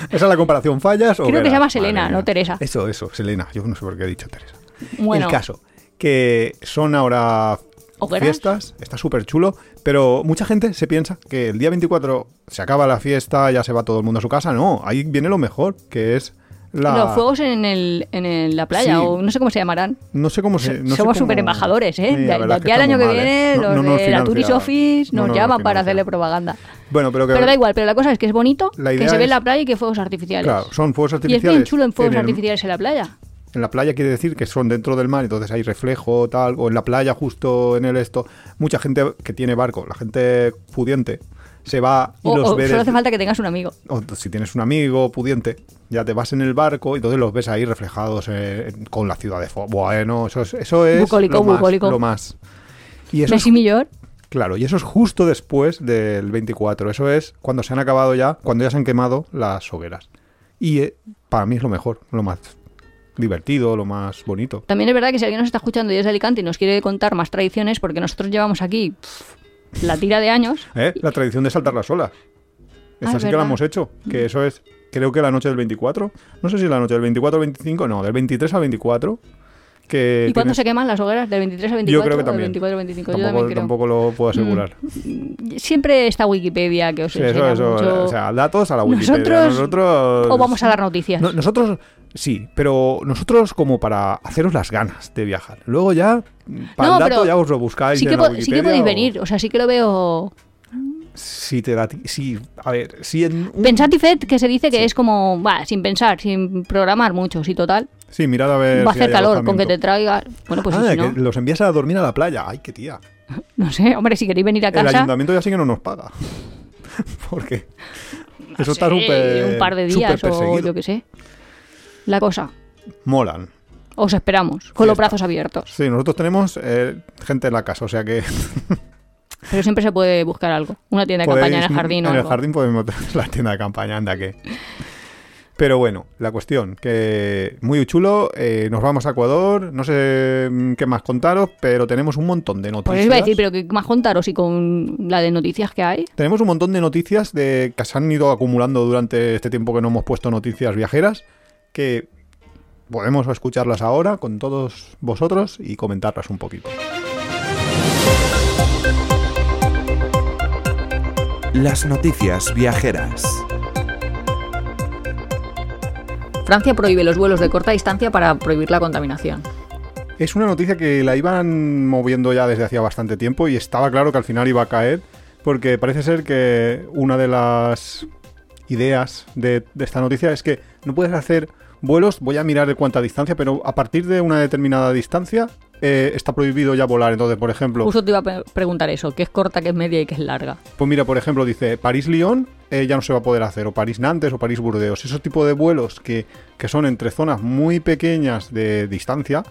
Speaker 2: Esa es la comparación, fallas o...
Speaker 1: Creo que se
Speaker 2: veras?
Speaker 1: llama
Speaker 2: Madre
Speaker 1: Selena,
Speaker 2: mía.
Speaker 1: no Teresa.
Speaker 2: Eso, eso, Selena. Yo no sé por qué he dicho Teresa.
Speaker 1: Bueno,
Speaker 2: El caso, que son ahora
Speaker 1: ¿Hogueras?
Speaker 2: fiestas, está súper chulo, pero mucha gente se piensa que el día 24 se acaba la fiesta, ya se va todo el mundo a su casa. No, ahí viene lo mejor, que es la...
Speaker 1: los fuegos en, el, en el- la playa,
Speaker 2: Sí.
Speaker 1: o no sé cómo se llamarán.
Speaker 2: No sé cómo se... no sé
Speaker 1: Somos
Speaker 2: cómo-
Speaker 1: súper embajadores,
Speaker 2: Sí,
Speaker 1: ¿eh?
Speaker 2: la
Speaker 1: Ya- ya
Speaker 2: verdad es que
Speaker 1: el año que
Speaker 2: estamos mal,
Speaker 1: viene
Speaker 2: ¿eh? No-
Speaker 1: los
Speaker 2: no nos
Speaker 1: de la
Speaker 2: financia.
Speaker 1: Tourist Office
Speaker 2: No,
Speaker 1: nos
Speaker 2: no nos
Speaker 1: llaman para
Speaker 2: financia.
Speaker 1: hacerle propaganda.
Speaker 2: Bueno, pero que...
Speaker 1: Pero da igual, pero la cosa es que es bonito,
Speaker 2: La
Speaker 1: que
Speaker 2: idea
Speaker 1: se ve
Speaker 2: es-
Speaker 1: la playa y que fuegos artificiales.
Speaker 2: Claro, son fuegos
Speaker 1: y es
Speaker 2: artificiales.
Speaker 1: bien chulo en fuegos
Speaker 2: el-
Speaker 1: artificiales en la playa.
Speaker 2: En la playa quiere decir que son dentro del mar, entonces hay reflejo, tal, o en la playa justo en el esto. Mucha gente que tiene barco, la gente pudiente, se va y
Speaker 1: O,
Speaker 2: los
Speaker 1: o
Speaker 2: ve
Speaker 1: solo hace
Speaker 2: desde-
Speaker 1: falta que tengas un amigo.
Speaker 2: o si tienes un amigo pudiente, ya te vas en el barco y entonces los ves ahí reflejados eh, en- con la ciudad de fondo. Bueno, eso es, eso es
Speaker 1: Bucólico,
Speaker 2: lo, más,
Speaker 1: bucólico.
Speaker 2: lo más. Y eso, es,
Speaker 1: Messi Millor,
Speaker 2: claro, y eso es justo después del 24. Eso es cuando se han acabado ya, cuando ya se han quemado las hogueras. Y eh, para mí es lo mejor, lo más divertido, lo más bonito.
Speaker 1: también es verdad que si alguien nos está escuchando y es de Alicante y nos quiere contar más tradiciones, porque nosotros llevamos aquí pff, la tira de años,
Speaker 2: ¿Eh? La tradición de saltar las olas. Esa
Speaker 1: Ah, es
Speaker 2: sí que la
Speaker 1: verdad. Mm.
Speaker 2: hemos hecho. Que eso es, creo que la noche del 24. No sé si la noche del 24 o 25, no, del 23 al 24. Que
Speaker 1: ¿y cuándo
Speaker 2: tienes-
Speaker 1: se queman las hogueras? ¿Del 23 al 24?
Speaker 2: Eh, Yo creo que
Speaker 1: o
Speaker 2: también.
Speaker 1: ¿Del 24 al 25? Yo
Speaker 2: Tampoco,
Speaker 1: también creo. Mm,
Speaker 2: tampoco lo puedo asegurar.
Speaker 1: Siempre está Wikipedia que os
Speaker 2: Sí, eso,
Speaker 1: enseña
Speaker 2: eso.
Speaker 1: mucho.
Speaker 2: O sea, datos a la Wikipedia.
Speaker 1: Nosotros-
Speaker 2: Nosotros-
Speaker 1: o vamos a dar noticias.
Speaker 2: No, nosotros sí, pero nosotros como para haceros las ganas de viajar. Luego ya, para
Speaker 1: No,
Speaker 2: el dato
Speaker 1: pero
Speaker 2: ya os lo buscáis
Speaker 1: sí, que
Speaker 2: en la
Speaker 1: po- sí que
Speaker 2: Wikipedia
Speaker 1: podéis
Speaker 2: o-
Speaker 1: venir, o sea, sí que lo veo.
Speaker 2: Si te da... ti- si- a ver, si en un-
Speaker 1: Pensad y fed, que se dice que es como, va, sin pensar, sin programar mucho, sí, total.
Speaker 2: Sí, mirad a ver
Speaker 1: va a
Speaker 2: si
Speaker 1: hacer
Speaker 2: hay
Speaker 1: calor, con que te
Speaker 2: alojamiento.
Speaker 1: traiga. Bueno, pues sí,
Speaker 2: Ah,
Speaker 1: si no,
Speaker 2: que los envías a dormir a la playa. Ay, qué tía.
Speaker 1: no sé, hombre, si queréis venir a
Speaker 2: El
Speaker 1: casa,
Speaker 2: ayuntamiento ya sí que no nos paga. Porque eso está
Speaker 1: sí,
Speaker 2: súper.
Speaker 1: un par de
Speaker 2: súper
Speaker 1: días o
Speaker 2: perseguido.
Speaker 1: yo qué sé. La cosa,
Speaker 2: Molan.
Speaker 1: os esperamos, con los
Speaker 2: Fiesta.
Speaker 1: brazos abiertos,
Speaker 2: Sí, nosotros tenemos eh, gente en la casa, o sea que.
Speaker 1: pero siempre se puede buscar algo. Una tienda de
Speaker 2: podéis-
Speaker 1: campaña en el jardín o
Speaker 2: Pues, En el
Speaker 1: algo.
Speaker 2: jardín podemos meter la tienda de campaña, anda que. Pero bueno, la cuestión, que muy chulo, eh, nos vamos a Ecuador, no sé mm, qué más contaros, pero tenemos un montón de noticias.
Speaker 1: Pues os iba a decir, pero que más contaros y con la de noticias que hay.
Speaker 2: Tenemos un montón de noticias de que se han ido acumulando durante este tiempo que no hemos puesto noticias viajeras, que podemos escucharlas ahora con todos vosotros y comentarlas un poquito.
Speaker 3: Las noticias viajeras.
Speaker 4: Francia prohíbe los vuelos de corta distancia para prohibir la contaminación.
Speaker 2: Es una noticia que la iban moviendo ya desde hacía bastante tiempo y estaba claro que al final iba a caer, porque parece ser que una de las ideas de, de esta noticia es que no puedes hacer vuelos, voy a mirar de cuánta distancia, pero a partir de una determinada distancia eh, está prohibido ya volar. Entonces, por ejemplo,
Speaker 1: Justo te iba a pe- preguntar eso, que es corta, que es media y que es larga.
Speaker 2: pues mira, por ejemplo, dice París-Lyon eh, ya no se va a poder hacer, o París-Nantes o París-Burdeos. Esos tipos de vuelos que, que son entre zonas muy pequeñas de distancia,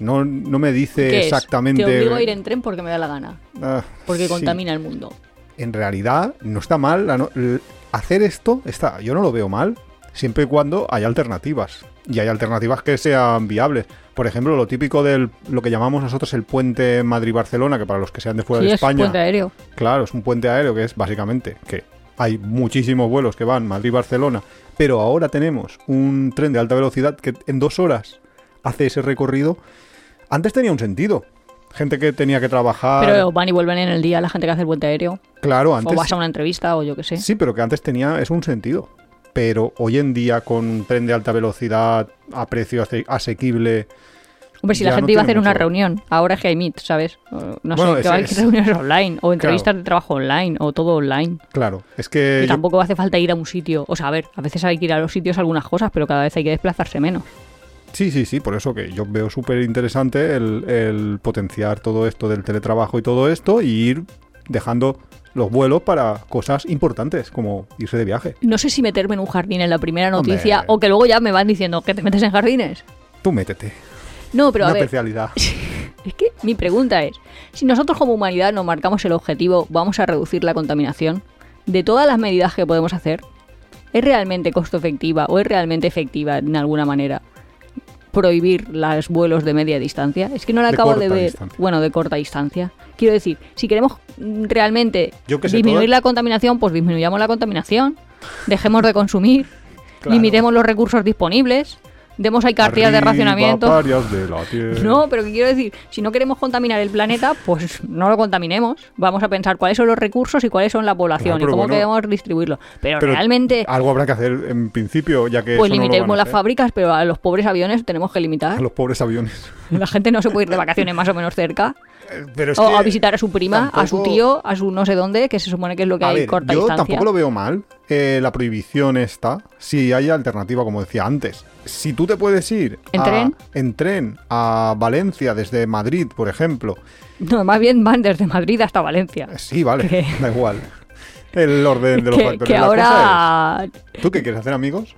Speaker 2: no, no me dice
Speaker 1: ¿Qué es?
Speaker 2: exactamente...
Speaker 1: Te obligo a ir en tren porque me da la gana.
Speaker 2: Ah,
Speaker 1: Porque
Speaker 2: sí.
Speaker 1: contamina el mundo.
Speaker 2: en realidad no está mal la no- l- hacer esto está yo no lo veo mal siempre y cuando hay alternativas y hay alternativas que sean viables por ejemplo lo típico del lo que llamamos nosotros el puente Madrid Barcelona que para los que sean de fuera
Speaker 1: Sí,
Speaker 2: de
Speaker 1: es
Speaker 2: Pues España
Speaker 1: puente aéreo.
Speaker 2: Claro, es un puente aéreo que es básicamente que hay muchísimos vuelos que van Madrid-Barcelona, pero ahora tenemos un tren de alta velocidad que en dos horas hace ese recorrido. Antes tenía un sentido. Gente que tenía que trabajar.
Speaker 1: Pero van y vuelven en el día la gente que hace el puente aéreo.
Speaker 2: claro,
Speaker 1: O vas
Speaker 2: Ah, antes.
Speaker 1: a una entrevista o yo qué sé.
Speaker 2: Sí, pero que antes tenía es un sentido. Pero hoy en día con un tren de alta velocidad a precio ase- asequible,
Speaker 1: Hombre, si
Speaker 2: ya
Speaker 1: la
Speaker 2: no
Speaker 1: gente iba a
Speaker 2: tiene
Speaker 1: hacer una
Speaker 2: mucho.
Speaker 1: reunión, ahora es que hay Meet, ¿sabes? O No
Speaker 2: Bueno,
Speaker 1: sé,
Speaker 2: es-
Speaker 1: que va a haber
Speaker 2: es-
Speaker 1: reuniones online o entrevistas de trabajo online o todo online.
Speaker 2: claro, es que
Speaker 1: y
Speaker 2: Eh, yo-
Speaker 1: tampoco hace falta ir a un sitio. O sea, a ver, a veces hay que ir a los sitios algunas cosas, pero cada vez hay que desplazarse menos.
Speaker 2: Sí, sí, sí, por eso que yo veo súper interesante el, el potenciar todo esto del teletrabajo y todo esto y ir dejando los vuelos para cosas importantes como irse de viaje.
Speaker 1: No sé si meterme en un jardín en la primera
Speaker 2: Hombre.
Speaker 1: noticia o que luego ya me van diciendo que te metes en jardines.
Speaker 2: Tú métete,
Speaker 1: No, pero a
Speaker 2: una
Speaker 1: ver,
Speaker 2: especialidad.
Speaker 1: es que mi pregunta es, si nosotros como humanidad nos marcamos el objetivo, vamos a reducir la contaminación, de todas las medidas que podemos hacer, ¿es realmente costo efectiva o es realmente efectiva en alguna manera prohibir los vuelos de media distancia? Es que no la
Speaker 2: De
Speaker 1: acabo de
Speaker 2: corta
Speaker 1: ver,
Speaker 2: distancia.
Speaker 1: bueno, de corta distancia. Quiero decir, si queremos mm, realmente
Speaker 2: Yo que sé,
Speaker 1: disminuir
Speaker 2: todas-
Speaker 1: la contaminación, pues disminuyamos la contaminación, dejemos de consumir,
Speaker 2: Claro.
Speaker 1: limitemos los recursos disponibles, demos ahí cartillas de
Speaker 2: Arriba,
Speaker 1: racionamiento.
Speaker 2: parias de la tierra.
Speaker 1: No, pero ¿qué quiero decir, si no queremos contaminar el planeta, pues no lo contaminemos. Vamos a pensar cuáles son los recursos y cuáles son la población
Speaker 2: Claro, pero
Speaker 1: y cómo
Speaker 2: bueno,
Speaker 1: debemos distribuirlo. Pero,
Speaker 2: pero
Speaker 1: realmente,
Speaker 2: Algo habrá que hacer en principio, ya que.
Speaker 1: pues
Speaker 2: eso no lo
Speaker 1: limitemos
Speaker 2: van a
Speaker 1: las
Speaker 2: hacer.
Speaker 1: fábricas, pero a los pobres aviones tenemos que
Speaker 2: A
Speaker 1: limitar.
Speaker 2: los pobres aviones.
Speaker 1: La gente no se puede ir de vacaciones más o menos cerca.
Speaker 2: Eh, Pero es
Speaker 1: o
Speaker 2: que-
Speaker 1: a visitar a su prima, a su
Speaker 2: tampoco-
Speaker 1: tío, a su no sé dónde, que se supone que es lo que
Speaker 2: A
Speaker 1: hay
Speaker 2: ver,
Speaker 1: corta
Speaker 2: yo
Speaker 1: distancia.
Speaker 2: tampoco lo veo mal eh, la prohibición esta, si hay alternativa, como decía antes. Si tú te puedes ir
Speaker 1: ¿En
Speaker 2: a-
Speaker 1: tren?
Speaker 2: en tren a Valencia desde Madrid, por ejemplo,
Speaker 1: No, más bien van desde Madrid hasta Valencia.
Speaker 2: eh, sí, vale,
Speaker 1: ¿Qué?
Speaker 2: da igual. El orden de los
Speaker 1: Que,
Speaker 2: factores.
Speaker 1: que
Speaker 2: La cosa
Speaker 1: ahora...
Speaker 2: es- ¿Tú qué quieres hacer, amigos?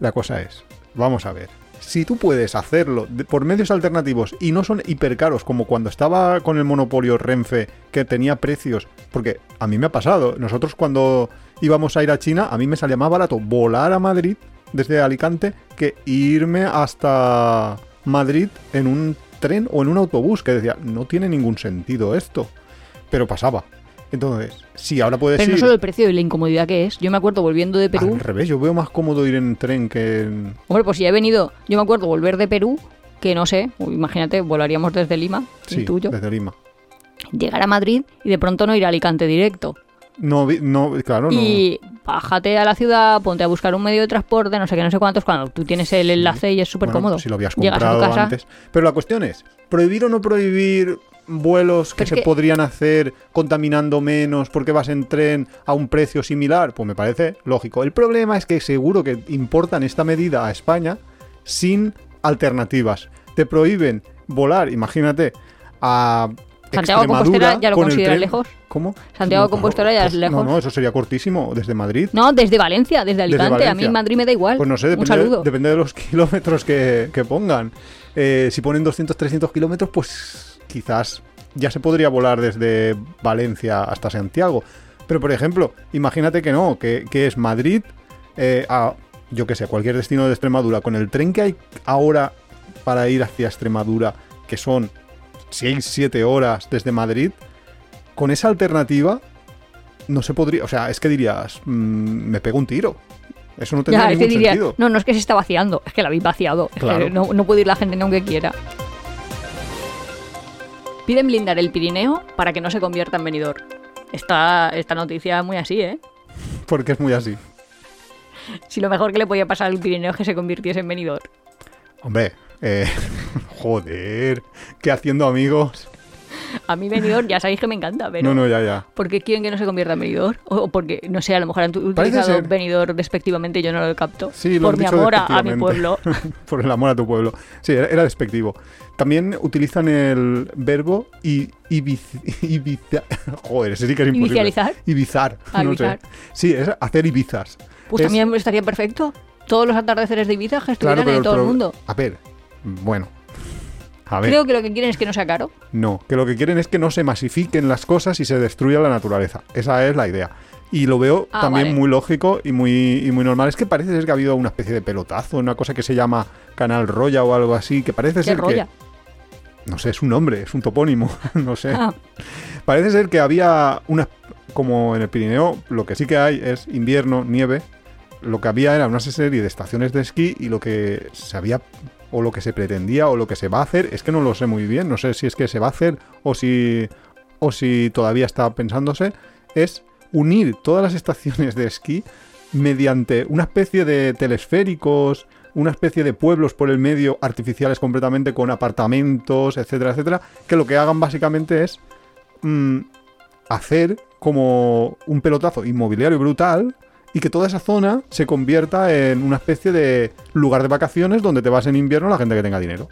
Speaker 2: La cosa es, vamos a ver. Si tú puedes hacerlo de- por medios alternativos y no son hipercaros, como cuando estaba con el monopolio Renfe, que tenía precios, porque a mí me ha pasado, nosotros cuando íbamos a ir a China, a mí me salía más barato volar a Madrid desde Alicante que irme hasta Madrid en un tren o en un autobús, que decía, no tiene ningún sentido esto, pero pasaba. Entonces, si ahora puedes
Speaker 1: Pero no
Speaker 2: ir
Speaker 1: solo el precio y la incomodidad que es. Yo me acuerdo volviendo de Perú...
Speaker 2: al revés, yo veo más cómodo ir en tren que en...
Speaker 1: Hombre, pues si ya he venido, yo me acuerdo volver de Perú, que no sé, uy, imagínate, volaríamos desde Lima,
Speaker 2: Sí,
Speaker 1: el tuyo,
Speaker 2: desde Lima.
Speaker 1: llegar a Madrid y de pronto no ir a Alicante directo.
Speaker 2: No, vi- no, claro, no.
Speaker 1: Y bájate a la ciudad, ponte a buscar un medio de transporte, no sé qué, no sé cuántos, cuando tú tienes el enlace y es súper
Speaker 2: Bueno,
Speaker 1: cómodo.
Speaker 2: Si lo habías
Speaker 1: Llegas a tu
Speaker 2: comprado
Speaker 1: casa,
Speaker 2: antes. Pero la cuestión es, ¿prohibir o no prohibir vuelos que
Speaker 1: Pero es
Speaker 2: se
Speaker 1: que-
Speaker 2: podrían hacer contaminando menos porque vas en tren a un precio similar? Pues me parece lógico. El problema es que seguro que importan esta medida a España sin alternativas. Te prohíben volar, imagínate, a
Speaker 1: Santiago de Compostela
Speaker 2: Extremadura
Speaker 1: ya lo
Speaker 2: con el
Speaker 1: consideras
Speaker 2: tren.
Speaker 1: lejos.
Speaker 2: ¿Cómo?
Speaker 1: Santiago de
Speaker 2: claro,
Speaker 1: Compostela ya es lejos.
Speaker 2: No, no, eso sería cortísimo desde Madrid.
Speaker 1: No, desde Valencia, desde Alicante, a
Speaker 2: Valencia.
Speaker 1: mí Madrid me da igual.
Speaker 2: Pues no sé,
Speaker 1: un
Speaker 2: depende,
Speaker 1: saludo.
Speaker 2: depende de los kilómetros que, que pongan. Eh, si ponen 200, 300 kilómetros, pues quizás ya se podría volar desde Valencia hasta Santiago. Pero, por ejemplo, imagínate que no, que, que es Madrid eh, a, yo que sé, cualquier destino de Extremadura. Con el tren que hay ahora para ir hacia Extremadura, que son 6, 7 horas desde Madrid, con esa alternativa no se podría... O sea, es que dirías, mm, me pego un tiro. Eso no tendría
Speaker 1: ya, es
Speaker 2: ningún
Speaker 1: que diría,
Speaker 2: sentido.
Speaker 1: no, no es que se está vaciando, es que la habéis vaciado. Es
Speaker 2: Claro.
Speaker 1: que no, no puede ir la gente ni aunque quiera. Piden blindar el Pirineo para que no se convierta en venidor. Esta, esta noticia es muy así, ¿eh?
Speaker 2: Porque es muy así.
Speaker 1: Si lo mejor que le podía pasar al Pirineo es que se convirtiese en venidor.
Speaker 2: Hombre, eh, joder, ¿qué haciendo amigos?
Speaker 1: A mí venidor ya sabéis que me encanta, pero...
Speaker 2: No, no, ya, ya.
Speaker 1: ¿Por qué quieren que no se convierta en venidor? O o porque, no sé, a lo mejor han tu-
Speaker 2: Parece
Speaker 1: utilizado
Speaker 2: ser.
Speaker 1: venidor despectivamente y yo no lo capto.
Speaker 2: Sí, lo
Speaker 1: Por
Speaker 2: has
Speaker 1: mi
Speaker 2: dicho
Speaker 1: amor a- a mi
Speaker 2: despectivamente.
Speaker 1: pueblo.
Speaker 2: Por el amor a tu pueblo. Sí, era, era despectivo. También utilizan el verbo i- ibiz- ibiza- Joder, ese sí que es imposible.
Speaker 1: ¿Inicializar?
Speaker 2: Ibizar.
Speaker 1: Ah,
Speaker 2: no
Speaker 1: ibizar.
Speaker 2: Sé. Sí, es hacer ibizas.
Speaker 1: Pues
Speaker 2: Es-
Speaker 1: también estaría perfecto. Todos los atardeceres de Ibiza que estuvieran
Speaker 2: claro, pero
Speaker 1: en todo el
Speaker 2: pro-
Speaker 1: mundo.
Speaker 2: A ver, bueno. A ver,
Speaker 1: Creo que lo que quieren es que no sea caro.
Speaker 2: no. Que lo que quieren es que no se masifiquen las cosas y se destruya la naturaleza. Esa es la idea. Y lo veo
Speaker 1: Ah,
Speaker 2: también
Speaker 1: vale.
Speaker 2: muy lógico y muy, y muy normal. Es que parece ser que ha habido una especie de pelotazo, una cosa que se llama Canal Roya o algo así, que parece
Speaker 1: Qué
Speaker 2: ser
Speaker 1: rolla.
Speaker 2: que... no sé, es un nombre, es un topónimo, no sé.
Speaker 1: Ah,
Speaker 2: Parece ser que había unas, como en el Pirineo, lo que sí que hay es invierno, nieve. Lo que había era una serie de estaciones de esquí y lo que se había, o lo que se pretendía, o lo que se va a hacer, es que no lo sé muy bien, no sé si es que se va a hacer o si, o si todavía está pensándose, es unir todas las estaciones de esquí mediante una especie de telesféricos, una especie de pueblos por el medio artificiales completamente con apartamentos, etcétera, etcétera, que lo que hagan básicamente es mm, hacer como un pelotazo inmobiliario brutal y que toda esa zona se convierta en una especie de lugar de vacaciones donde te vas en invierno la gente que tenga dinero.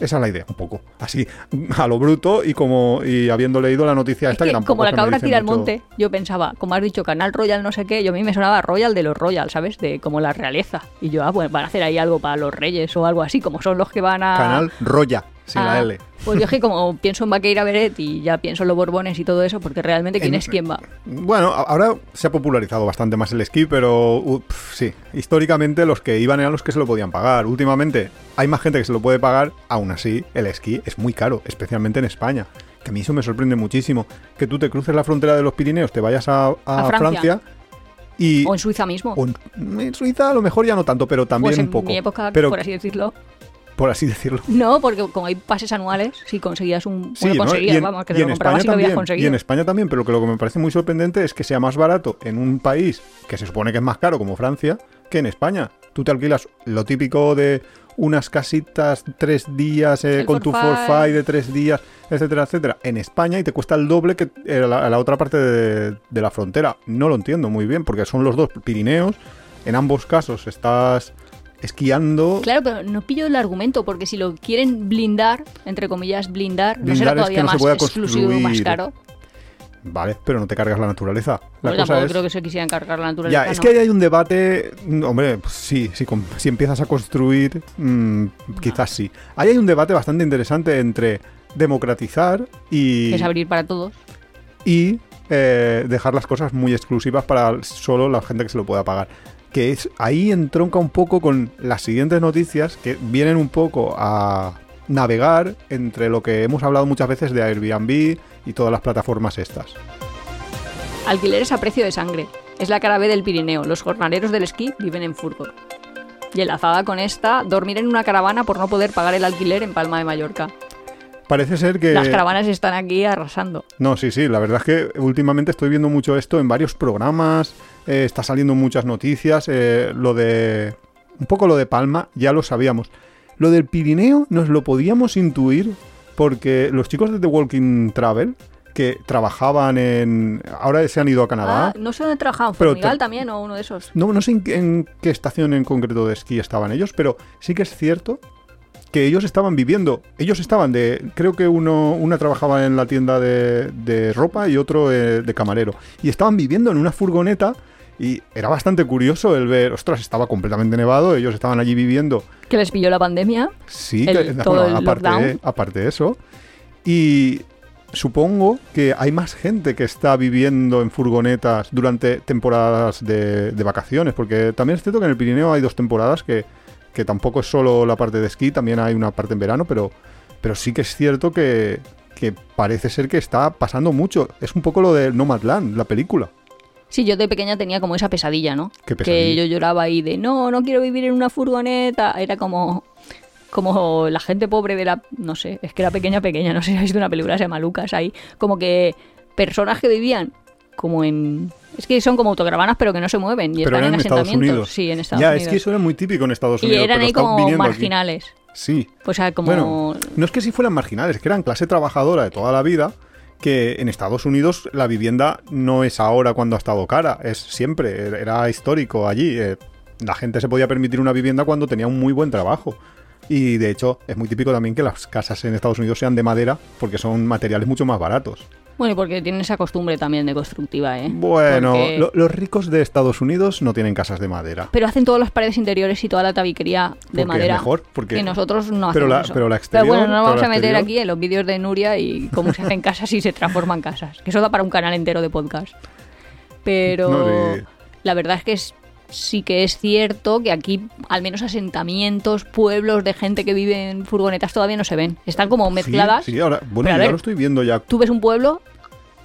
Speaker 2: Esa es la idea, un poco. Así, a lo bruto y como y habiendo leído la noticia
Speaker 1: es
Speaker 2: esta que,
Speaker 1: que
Speaker 2: tampoco
Speaker 1: como la
Speaker 2: es que me
Speaker 1: cabra
Speaker 2: dice
Speaker 1: tira al
Speaker 2: mucho.
Speaker 1: monte, yo pensaba, como has dicho, Canal Royal no sé qué, yo a mí me sonaba Royal de los Royal, ¿sabes? De como la realeza. Y yo, ah, bueno, van a hacer ahí algo para los reyes o algo así, como son los que van a...
Speaker 2: Canal Roya, sin
Speaker 1: a-
Speaker 2: la L.
Speaker 1: Pues yo es que como pienso en Vaqueira Beret y ya pienso en los Borbones y todo eso, porque realmente quién
Speaker 2: En-
Speaker 1: es quién va.
Speaker 2: Bueno, a- ahora se ha popularizado bastante más el esquí, pero uh, pf, sí, históricamente los que iban eran los que se lo podían pagar. Últimamente hay más gente que se lo puede pagar, aún así el esquí es muy caro, especialmente en España. Que a mí eso me sorprende muchísimo. Que tú te cruces la frontera de los Pirineos, te vayas a, a
Speaker 1: A Francia.
Speaker 2: Francia. y...
Speaker 1: O en Suiza mismo.
Speaker 2: o en en Suiza a lo mejor ya no tanto, pero también
Speaker 1: pues en
Speaker 2: un poco.
Speaker 1: mi época,
Speaker 2: pero,
Speaker 1: por así decirlo.
Speaker 2: por así decirlo.
Speaker 1: No, porque como hay pases anuales, si conseguías un...
Speaker 2: Sí,
Speaker 1: bueno,
Speaker 2: ¿no?
Speaker 1: conseguías,
Speaker 2: Y en-
Speaker 1: vamos, que
Speaker 2: y
Speaker 1: te lo
Speaker 2: en
Speaker 1: comprabas y lo
Speaker 2: España
Speaker 1: habías
Speaker 2: también,
Speaker 1: conseguido.
Speaker 2: Y en España también, pero que lo que me parece muy sorprendente es que sea más barato en un país que se supone que es más caro como Francia que en España. Tú te alquilas lo típico de unas casitas tres días eh,
Speaker 1: El
Speaker 2: con tu
Speaker 1: forfait.
Speaker 2: forfait de tres días, etcétera, etcétera, en España y te cuesta el doble que eh, la, la otra parte de, de la frontera. No lo entiendo muy bien porque son los dos Pirineos. En ambos casos estás esquiando.
Speaker 1: Claro, pero no pillo el argumento, porque si lo quieren blindar, entre comillas, blindar, no
Speaker 2: Blindar
Speaker 1: será
Speaker 2: es que
Speaker 1: todavía
Speaker 2: no se
Speaker 1: más
Speaker 2: pueda
Speaker 1: exclusivo, más
Speaker 2: construir.
Speaker 1: caro.
Speaker 2: Vale, pero no te cargas la naturaleza. La
Speaker 1: Yo
Speaker 2: cosa
Speaker 1: tampoco
Speaker 2: es-
Speaker 1: creo que se quisieran cargar la naturaleza.
Speaker 2: Ya, es
Speaker 1: no.
Speaker 2: que ahí hay un debate. mm, Hombre, pues sí, sí, com- si empiezas a construir, mm,
Speaker 1: Ah.
Speaker 2: quizás sí. Ahí hay un debate bastante interesante entre democratizar y,
Speaker 1: Que es abrir para todos.
Speaker 2: y eh, dejar las cosas muy exclusivas para solo la gente que se lo pueda pagar. Que es ahí entronca un poco con las siguientes noticias que vienen un poco a navegar entre lo que hemos hablado muchas veces de Airbnb y todas las plataformas estas.
Speaker 1: Alquileres a precio de sangre. Es la cara B del Pirineo. Los jornaleros del esquí viven en Furgo. Y enlazada con esta, dormir en una caravana por no poder pagar el alquiler en Palma de Mallorca.
Speaker 2: Parece ser que
Speaker 1: Las caravanas están aquí arrasando.
Speaker 2: No, sí, sí, la verdad es que últimamente estoy viendo mucho esto en varios programas, eh, está saliendo muchas noticias, eh, lo de... Un poco lo de Palma, ya lo sabíamos. Lo del Pirineo nos lo podíamos intuir porque los chicos de The Walking Travel, que trabajaban en... Ahora se han ido a Canadá.
Speaker 1: Ah, no sé dónde trabajaban,
Speaker 2: Pero
Speaker 1: Formigal
Speaker 2: te-
Speaker 1: también o uno de esos.
Speaker 2: No, no sé en, qué- en qué estación en concreto de esquí estaban ellos, pero sí que es cierto que ellos estaban viviendo. Ellos estaban de. Creo que uno, una trabajaba en la tienda de, de ropa y otro eh, de camarero. Y estaban viviendo en una furgoneta. Y era bastante curioso el ver, ostras, estaba completamente nevado, ellos estaban allí viviendo.
Speaker 1: Que les pilló la pandemia.
Speaker 2: Sí,
Speaker 1: El-
Speaker 2: que-
Speaker 1: todo el
Speaker 2: aparte,
Speaker 1: lockdown.
Speaker 2: aparte de eso. Y supongo que hay más gente que está viviendo en furgonetas durante temporadas de, de vacaciones, porque también es cierto que en el Pirineo hay dos temporadas que, que tampoco es solo la parte de esquí, también hay una parte en verano, pero, pero sí que es cierto que, que parece ser que está pasando mucho. Es un poco lo de Nomadland, la película.
Speaker 1: Sí, yo de pequeña tenía como esa pesadilla, ¿no?
Speaker 2: Qué
Speaker 1: Que
Speaker 2: pesadilla.
Speaker 1: yo lloraba ahí de, no, no quiero vivir en una furgoneta. Era como, como la gente pobre de la, no sé, es que era pequeña, pequeña, no sé si habéis visto una película, se llama Lucas, ahí, como que personas que vivían como en... Es que son como autocaravanas, pero que no se mueven y
Speaker 2: pero
Speaker 1: están
Speaker 2: era
Speaker 1: en
Speaker 2: en Estados
Speaker 1: asentamientos.
Speaker 2: Unidos.
Speaker 1: Sí, en Estados
Speaker 2: ya,
Speaker 1: Unidos.
Speaker 2: es que eso era muy típico en Estados
Speaker 1: y
Speaker 2: Unidos.
Speaker 1: eran
Speaker 2: pero
Speaker 1: ahí
Speaker 2: está
Speaker 1: como
Speaker 2: viniendo aquí.
Speaker 1: marginales.
Speaker 2: Sí.
Speaker 1: O sea, como...
Speaker 2: Bueno, no es que si fueran marginales, que eran clase trabajadora de toda la vida, que en Estados Unidos la vivienda no es ahora cuando ha estado cara, es siempre, era- era histórico allí. eh, la gente se podía permitir una vivienda cuando tenía un muy buen trabajo. Y de hecho es muy típico también que las casas en Estados Unidos sean de madera porque son materiales mucho más baratos.
Speaker 1: Bueno, y porque tienen esa costumbre también de constructiva, ¿eh?
Speaker 2: Bueno,
Speaker 1: Porque-
Speaker 2: lo- los ricos de Estados Unidos no tienen casas de madera.
Speaker 1: Pero hacen todas las paredes interiores y toda la tabiquería
Speaker 2: Porque
Speaker 1: de
Speaker 2: es
Speaker 1: madera.
Speaker 2: mejor, porque-
Speaker 1: Y nosotros no hacemos
Speaker 2: Pero la-
Speaker 1: eso.
Speaker 2: pero la exterior,
Speaker 1: bueno, no nos
Speaker 2: pero
Speaker 1: vamos
Speaker 2: la
Speaker 1: a meter
Speaker 2: exterior-
Speaker 1: aquí en los vídeos de Nuria y cómo se hacen casas y se transforman casas. Que eso da para un canal entero de podcast. Pero
Speaker 2: No, sí.
Speaker 1: la verdad es que es- sí que es cierto que aquí al menos asentamientos, pueblos de gente que vive en furgonetas todavía no se ven. Están como mezcladas.
Speaker 2: Sí, sí, ahora, bueno,
Speaker 1: Pero a
Speaker 2: ya
Speaker 1: ver,
Speaker 2: lo estoy viendo ya.
Speaker 1: Tú ves un pueblo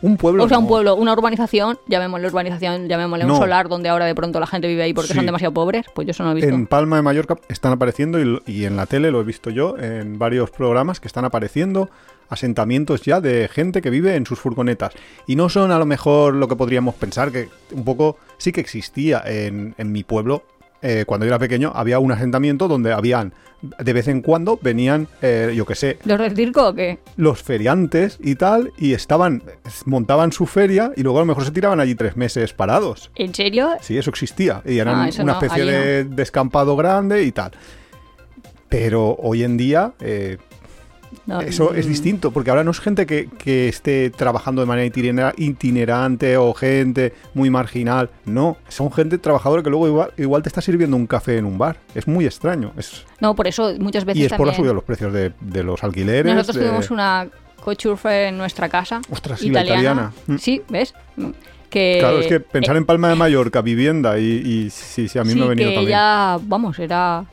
Speaker 2: Un pueblo.
Speaker 1: o sea, un
Speaker 2: no.
Speaker 1: pueblo, una urbanización, llamémosle urbanización, llamémosle
Speaker 2: No.
Speaker 1: un solar donde ahora de pronto la gente vive ahí porque
Speaker 2: Sí.
Speaker 1: son demasiado pobres, pues yo eso no lo he visto.
Speaker 2: En Palma de Mallorca están apareciendo, y, lo- y en la tele lo he visto yo, en varios programas que están apareciendo asentamientos ya de gente que vive en sus furgonetas. Y no son a lo mejor lo que podríamos pensar, que un poco sí que existía en, en mi pueblo. eh, cuando yo era pequeño había un asentamiento donde habían, de vez en cuando venían, eh, yo qué sé,
Speaker 1: ¿Los del circo o qué?
Speaker 2: los feriantes y tal, y estaban, montaban su feria y luego a lo mejor se tiraban allí tres meses parados.
Speaker 1: ¿En serio?
Speaker 2: Sí, eso existía. Y eran
Speaker 1: Ah, eso
Speaker 2: una
Speaker 1: no,
Speaker 2: especie
Speaker 1: allí
Speaker 2: de descampado grande y tal. Pero hoy en día eh,
Speaker 1: No,
Speaker 2: eso es
Speaker 1: mm,
Speaker 2: distinto, porque ahora no es gente que, que esté trabajando de manera itinera- itinerante o gente muy marginal. No, son gente trabajadora que luego igual, igual te está sirviendo un café en un bar. Es muy extraño. Es-
Speaker 1: No, por eso muchas veces
Speaker 2: y es por la
Speaker 1: también.
Speaker 2: subida de los precios de, de los alquileres.
Speaker 1: Nosotros
Speaker 2: de-
Speaker 1: tuvimos una cochurfe en nuestra casa.
Speaker 2: Ostras, sí, la
Speaker 1: italiana.
Speaker 2: italiana. Mm.
Speaker 1: Sí, ¿ves? Mm. Que,
Speaker 2: Claro, es que pensar en Palma de Mallorca, vivienda, y, y sí, sí, a mí
Speaker 1: sí,
Speaker 2: me ha venido
Speaker 1: que
Speaker 2: también.
Speaker 1: ella, vamos, era.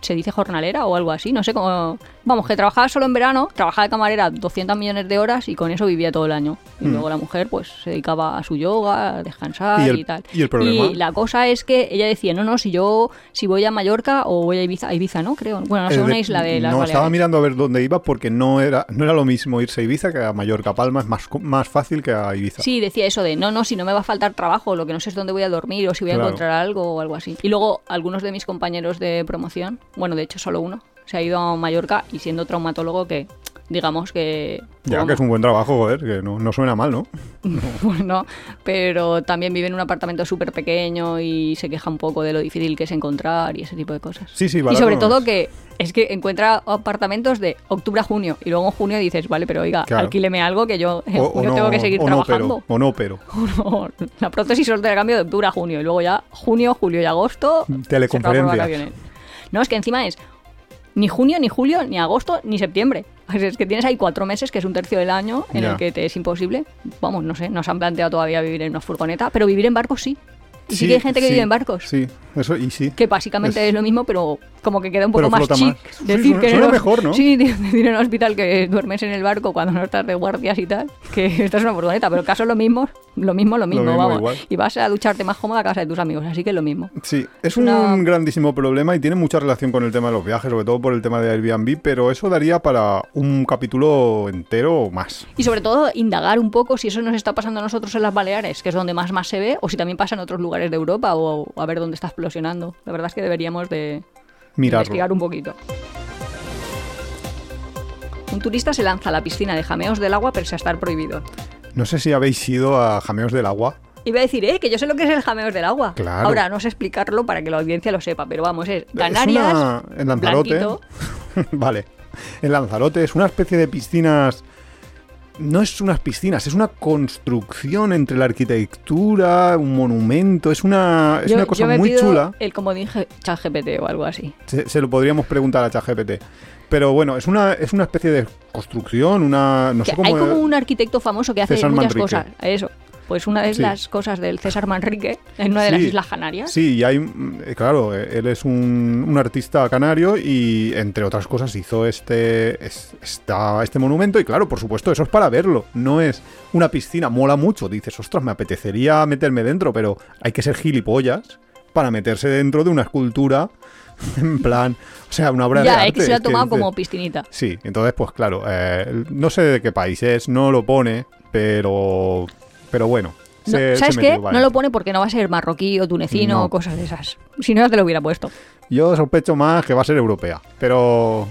Speaker 1: Se dice jornalera o algo así, no sé cómo. Vamos, que trabajaba solo en verano, trabajaba de camarera 200 millones de horas y con eso vivía todo el año. Y
Speaker 2: Mm.
Speaker 1: luego la mujer, pues, se dedicaba a su yoga, a descansar
Speaker 2: ¿Y
Speaker 1: y,
Speaker 2: el-
Speaker 1: tal.
Speaker 2: y el problema?
Speaker 1: Y la cosa es que ella decía, no, no, si yo, si voy a Mallorca o voy a Ibiza, a Ibiza no, creo. Bueno, no sé,
Speaker 2: Eh,
Speaker 1: Ah, una
Speaker 2: de-
Speaker 1: isla de las
Speaker 2: No, estaba
Speaker 1: Baleares.
Speaker 2: mirando a ver dónde iba porque no era, no era lo mismo irse a Ibiza que a Mallorca. Palma es más, co- más fácil que a Ibiza.
Speaker 1: Sí, decía eso de no, no, si no me va a faltar trabajo, lo que no sé es dónde voy a dormir o si voy a
Speaker 2: Claro.
Speaker 1: encontrar algo o algo así. Y luego algunos de mis compañeros de promoción, bueno, de hecho solo uno, se ha ido a Mallorca y siendo traumatólogo que, digamos que...
Speaker 2: ya
Speaker 1: bueno,
Speaker 2: que es un buen trabajo, joder, que no, no suena mal, ¿no?
Speaker 1: bueno, pero también vive en un apartamento súper pequeño y se queja un poco de lo difícil que es encontrar y ese tipo de cosas.
Speaker 2: Sí, sí,
Speaker 1: y
Speaker 2: barato
Speaker 1: sobre
Speaker 2: no
Speaker 1: todo
Speaker 2: es.
Speaker 1: que es que encuentra apartamentos de octubre a junio y luego en junio dices, vale, pero oiga,
Speaker 2: Claro.
Speaker 1: alquíleme algo que yo en
Speaker 2: O- o
Speaker 1: junio
Speaker 2: no-
Speaker 1: tengo que seguir
Speaker 2: o
Speaker 1: trabajando.
Speaker 2: No, pero, o no, pero.
Speaker 1: Uno, la prótesis solo te la cambio de octubre a junio y luego ya junio, julio y
Speaker 2: Mm,
Speaker 1: agosto.
Speaker 2: Teleconferencias.
Speaker 1: se va por vacaciones. No, es que encima es ni junio, ni julio, ni agosto, ni septiembre. Es que tienes ahí cuatro meses, que es un tercio del año, en
Speaker 2: Ya.
Speaker 1: el que te es imposible. Vamos, no sé, no se han planteado todavía vivir en una furgoneta, pero vivir en barcos sí. Y sí, que hay gente que
Speaker 2: sí,
Speaker 1: vive en barcos.
Speaker 2: Sí, eso, y sí.
Speaker 1: Que básicamente
Speaker 2: Es-
Speaker 1: es... lo mismo, pero como que queda un poco
Speaker 2: Pero
Speaker 1: más
Speaker 2: flota
Speaker 1: chic.
Speaker 2: más. Sí, suena-
Speaker 1: en
Speaker 2: suena
Speaker 1: el-
Speaker 2: mejor, ¿no?
Speaker 1: Sí, de- decir en el hospital que duermes en el barco cuando no estás de guardias y tal, que estás en una furgoneta, pero el caso es lo mismo, lo mismo, lo mismo,
Speaker 2: mismo,
Speaker 1: vamos.
Speaker 2: igual.
Speaker 1: Y vas a ducharte más cómoda a casa de tus amigos, así que es lo mismo.
Speaker 2: Sí, es
Speaker 1: Una-
Speaker 2: un grandísimo problema y tiene mucha relación con el tema de los viajes, sobre todo por el tema de Airbnb, pero eso daría para un capítulo entero o más.
Speaker 1: Y sobre todo, indagar un poco si eso nos está pasando a nosotros en las Baleares, que es donde más más se ve, o si también pasa en otros lugares de Europa, o a ver dónde está explosionando. La verdad es que deberíamos de, investigar
Speaker 2: Mirarlo.
Speaker 1: un poquito. Un turista se lanza a la piscina de jameos del agua pese a estar prohibido.
Speaker 2: No sé si habéis ido a Jameos del Agua.
Speaker 1: Iba a decir, eh, que yo sé lo que es el jameos del agua.
Speaker 2: Claro.
Speaker 1: Ahora no sé explicarlo para que la audiencia lo sepa, pero vamos, es
Speaker 2: Es
Speaker 1: Canarias,
Speaker 2: una- en Lanzarote.
Speaker 1: blanquito.
Speaker 2: vale. En Lanzarote es una especie de piscinas. No es unas piscinas, es una construcción entre la arquitectura, un monumento. Es una, es
Speaker 1: Yo-
Speaker 2: una
Speaker 1: yo
Speaker 2: cosa
Speaker 1: me
Speaker 2: muy
Speaker 1: pido
Speaker 2: chula.
Speaker 1: El comodín G- ChatGPT o algo así.
Speaker 2: Se, se lo podríamos preguntar a ChatGPT. Pero bueno, es una, es una especie de construcción, una. No
Speaker 1: Que
Speaker 2: sé cómo.
Speaker 1: hay como un arquitecto famoso que hace
Speaker 2: César
Speaker 1: muchas
Speaker 2: Manrique.
Speaker 1: cosas. Eso. Pues una de
Speaker 2: Sí.
Speaker 1: las cosas del César Manrique en una de las
Speaker 2: Sí.
Speaker 1: Islas Canarias.
Speaker 2: Sí, y hay, mm, eh, claro, eh, él es un, un artista canario y entre otras cosas hizo este, es- esta- este monumento y claro, por supuesto, eso es para verlo, no es una piscina, mola mucho, dices, ostras, me apetecería meterme dentro, pero hay que ser gilipollas para meterse dentro de una escultura, en plan, o sea, una obra de
Speaker 1: ya,
Speaker 2: arte.
Speaker 1: es que se lo ha
Speaker 2: es
Speaker 1: tomado
Speaker 2: dices-
Speaker 1: como piscinita.
Speaker 2: Sí, entonces, pues claro, eh, no sé de qué país es, no lo pone, pero, pero bueno.
Speaker 1: No,
Speaker 2: se-
Speaker 1: ¿Sabes
Speaker 2: se
Speaker 1: qué?
Speaker 2: metió, vale.
Speaker 1: No lo pone porque no va a ser marroquí o tunecino
Speaker 2: No.
Speaker 1: o cosas de esas. Si no, ya te lo hubiera puesto.
Speaker 2: Yo sospecho más que va a ser europea, pero...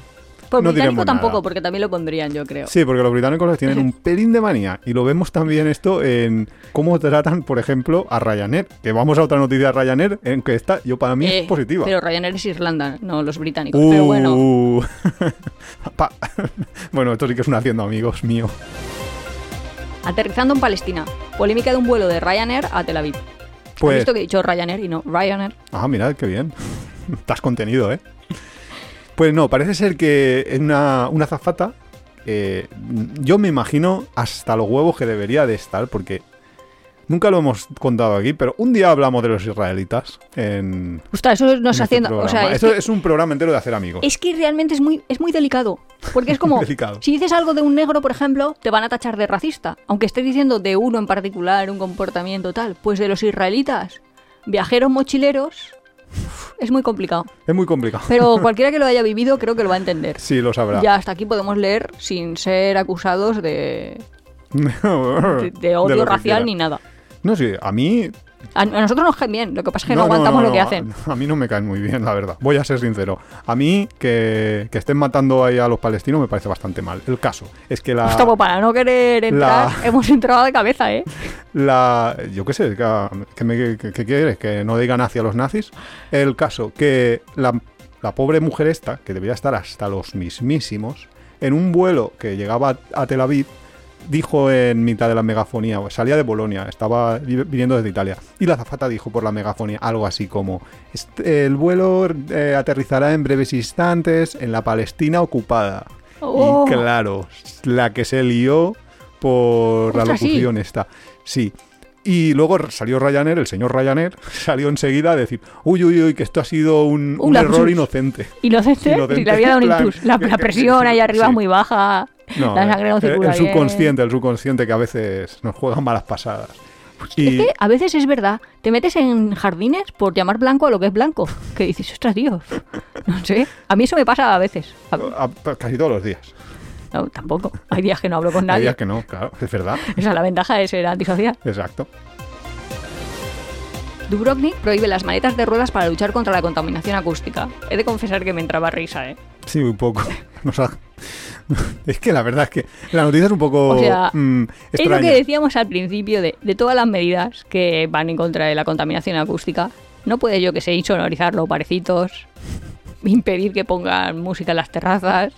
Speaker 1: Pues
Speaker 2: no diremos
Speaker 1: británico tampoco,
Speaker 2: nada.
Speaker 1: porque también lo pondrían, yo creo.
Speaker 2: Sí, porque los británicos les tienen un pelín de manía. Y lo vemos también esto en cómo tratan, por ejemplo, a Ryanair. Que vamos a otra noticia de Ryanair, en que esta, yo para mí
Speaker 1: Eh,
Speaker 2: es positiva.
Speaker 1: Pero Ryanair es Irlanda, no los británicos. Pero bueno,
Speaker 2: Uh. Pa- bueno, esto sí que es una hacienda, amigos mío.
Speaker 1: aterrizando en Palestina. Polémica de un vuelo de Ryanair a Tel Aviv. ¿Has
Speaker 2: Pues,
Speaker 1: visto que he dicho Ryanair y no Ryanair?
Speaker 2: ah, mirad, qué bien. Estás contenido, ¿eh? Pues no, parece ser que en una, una zafata, yo me imagino hasta los huevos que debería de estar, porque nunca lo hemos contado aquí, pero un día hablamos de los israelitas en...
Speaker 1: Ostras, eso no
Speaker 2: en
Speaker 1: es
Speaker 2: este
Speaker 1: haciendo. O sea,
Speaker 2: programa.
Speaker 1: es
Speaker 2: Esto
Speaker 1: que-
Speaker 2: es un programa entero de hacer amigos.
Speaker 1: Es que realmente es muy, es muy delicado. Porque es como,
Speaker 2: Delicado.
Speaker 1: si dices algo de un negro, por ejemplo, te van a tachar de racista. Aunque estés diciendo de uno en particular, un comportamiento tal. Pues de los israelitas, viajeros mochileros, uf, es muy complicado.
Speaker 2: Es muy complicado.
Speaker 1: Pero cualquiera que lo haya vivido creo que lo va a entender.
Speaker 2: Sí, lo sabrá.
Speaker 1: Ya hasta aquí podemos leer sin ser acusados de, de-
Speaker 2: de,
Speaker 1: de odio
Speaker 2: lo que
Speaker 1: racial
Speaker 2: quiera.
Speaker 1: ni nada.
Speaker 2: No, sí, a mí
Speaker 1: A, a nosotros nos caen bien, lo que pasa es que no, aguantamos
Speaker 2: no,
Speaker 1: lo que
Speaker 2: no,
Speaker 1: hacen.
Speaker 2: A, a mí no me caen muy bien, la verdad. Voy a ser sincero. A mí que, que estén matando ahí a los palestinos me parece bastante mal. El caso es que la...
Speaker 1: Hostia, pues para no querer entrar,
Speaker 2: la-
Speaker 1: hemos entrado de cabeza, ¿eh?
Speaker 2: la yo qué sé, que, que me- que- que quieres, que no digan hacia los nazis. El caso que la, la pobre mujer esta, que debía estar hasta los mismísimos, en un vuelo que llegaba a, a Tel Aviv, dijo en mitad de la megafonía, o salía de Bolonia, estaba vi- viniendo desde Italia, y la zafata dijo por la megafonía algo así como, "Este- el vuelo eh, aterrizará en breves instantes en la Palestina ocupada.
Speaker 1: Oh.
Speaker 2: Y claro, la que se lió por la
Speaker 1: Ostras, sí.
Speaker 2: locución esta. Sí. Y luego salió Ryanair, el señor Ryanair, salió enseguida a decir, uy, uy, uy, que esto ha sido un, un
Speaker 1: Un lapsus.
Speaker 2: error inocente.
Speaker 1: Inocente,
Speaker 2: Inocente,
Speaker 1: si este, le había dado un
Speaker 2: plan,
Speaker 1: intus. La,
Speaker 2: que-
Speaker 1: la
Speaker 2: que-
Speaker 1: presión ahí arriba
Speaker 2: sí.
Speaker 1: es muy baja.
Speaker 2: No, eh,
Speaker 1: la sangre no
Speaker 2: el-
Speaker 1: circula.
Speaker 2: el,
Speaker 1: bien.
Speaker 2: subconsciente, el subconsciente que a veces nos juega malas pasadas.
Speaker 1: Pues Es
Speaker 2: Y
Speaker 1: que a veces es verdad. Te metes en jardines por llamar blanco a lo que es blanco. Que dices, ostras, Dios. No sé. A mí eso me pasa a veces. A-
Speaker 2: a- a- casi todos los días.
Speaker 1: no, tampoco. Hay días que no hablo con
Speaker 2: Hay días
Speaker 1: nadie.
Speaker 2: que no, claro, es verdad.
Speaker 1: Esa es la ventaja de ser antisocial.
Speaker 2: Exacto.
Speaker 1: Dubrovnik prohíbe las maletas de ruedas para luchar contra la contaminación acústica. He de confesar que me entraba risa, ¿eh?
Speaker 2: Sí, un poco. Nos ha- es que la verdad es que la noticia es un poco
Speaker 1: O sea,
Speaker 2: mm,
Speaker 1: Es lo
Speaker 2: extraña.
Speaker 1: que decíamos al principio de, de todas las medidas que van en contra de la contaminación acústica. No puede yo que sé insonorizar los barecitos, impedir que pongan música en las terrazas.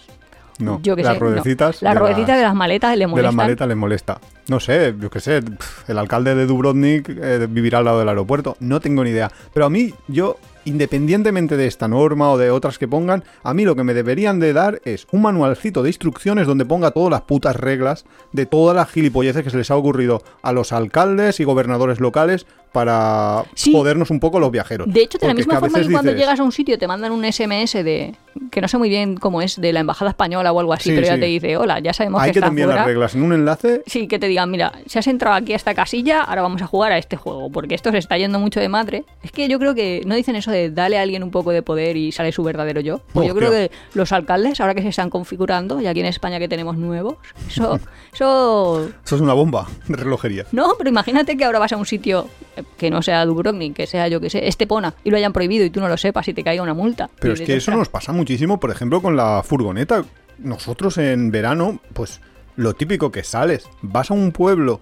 Speaker 2: No,
Speaker 1: yo que
Speaker 2: las
Speaker 1: sé, no.
Speaker 2: ruedecitas.
Speaker 1: Las
Speaker 2: de
Speaker 1: ruedecitas de las maletas le
Speaker 2: de la
Speaker 1: molestan.
Speaker 2: maleta les molesta. No sé, yo qué sé, pf, el alcalde de Dubrovnik eh, vivirá al lado del aeropuerto, no tengo ni idea. Pero a mí, yo, independientemente de esta norma o de otras que pongan, a mí lo que me deberían de dar es un manualcito de instrucciones donde ponga todas las putas reglas de todas las gilipolleces que se les ha ocurrido a los alcaldes y gobernadores locales para
Speaker 1: Sí.
Speaker 2: jodernos un poco los viajeros.
Speaker 1: De hecho, de la
Speaker 2: Porque es
Speaker 1: misma
Speaker 2: que a
Speaker 1: forma que
Speaker 2: veces
Speaker 1: cuando
Speaker 2: dices,
Speaker 1: llegas a un sitio te mandan un SMS de, que no sé muy bien cómo es, de la embajada española o algo así,
Speaker 2: Sí,
Speaker 1: pero ya
Speaker 2: sí.
Speaker 1: te dice, hola, ya sabemos
Speaker 2: Hay
Speaker 1: que
Speaker 2: que
Speaker 1: estás
Speaker 2: cambiar
Speaker 1: fuera.
Speaker 2: las reglas en un enlace.
Speaker 1: Sí, que te digan, mira, si has entrado aquí a esta casilla, ahora vamos a jugar a este juego, porque esto se está yendo mucho de madre. Es que yo creo que no dicen eso de dale a alguien un poco de poder y sale su verdadero yo. Pues yo creo
Speaker 2: Hostia.
Speaker 1: que los alcaldes, ahora que se están configurando, y aquí en España que tenemos nuevos, eso, eso
Speaker 2: Eso es una bomba de relojería.
Speaker 1: no, pero imagínate que ahora vas a un sitio eh, que no sea Dubrovnik, que sea yo que sé, Estepona, y lo hayan prohibido y tú no lo sepas y te caiga una multa.
Speaker 2: Pero
Speaker 1: Y
Speaker 2: es
Speaker 1: dices,
Speaker 2: que eso
Speaker 1: "Ostras".
Speaker 2: nos pasa muchísimo, por ejemplo, con la furgoneta. Nosotros en verano, pues lo típico que sales, vas a un pueblo,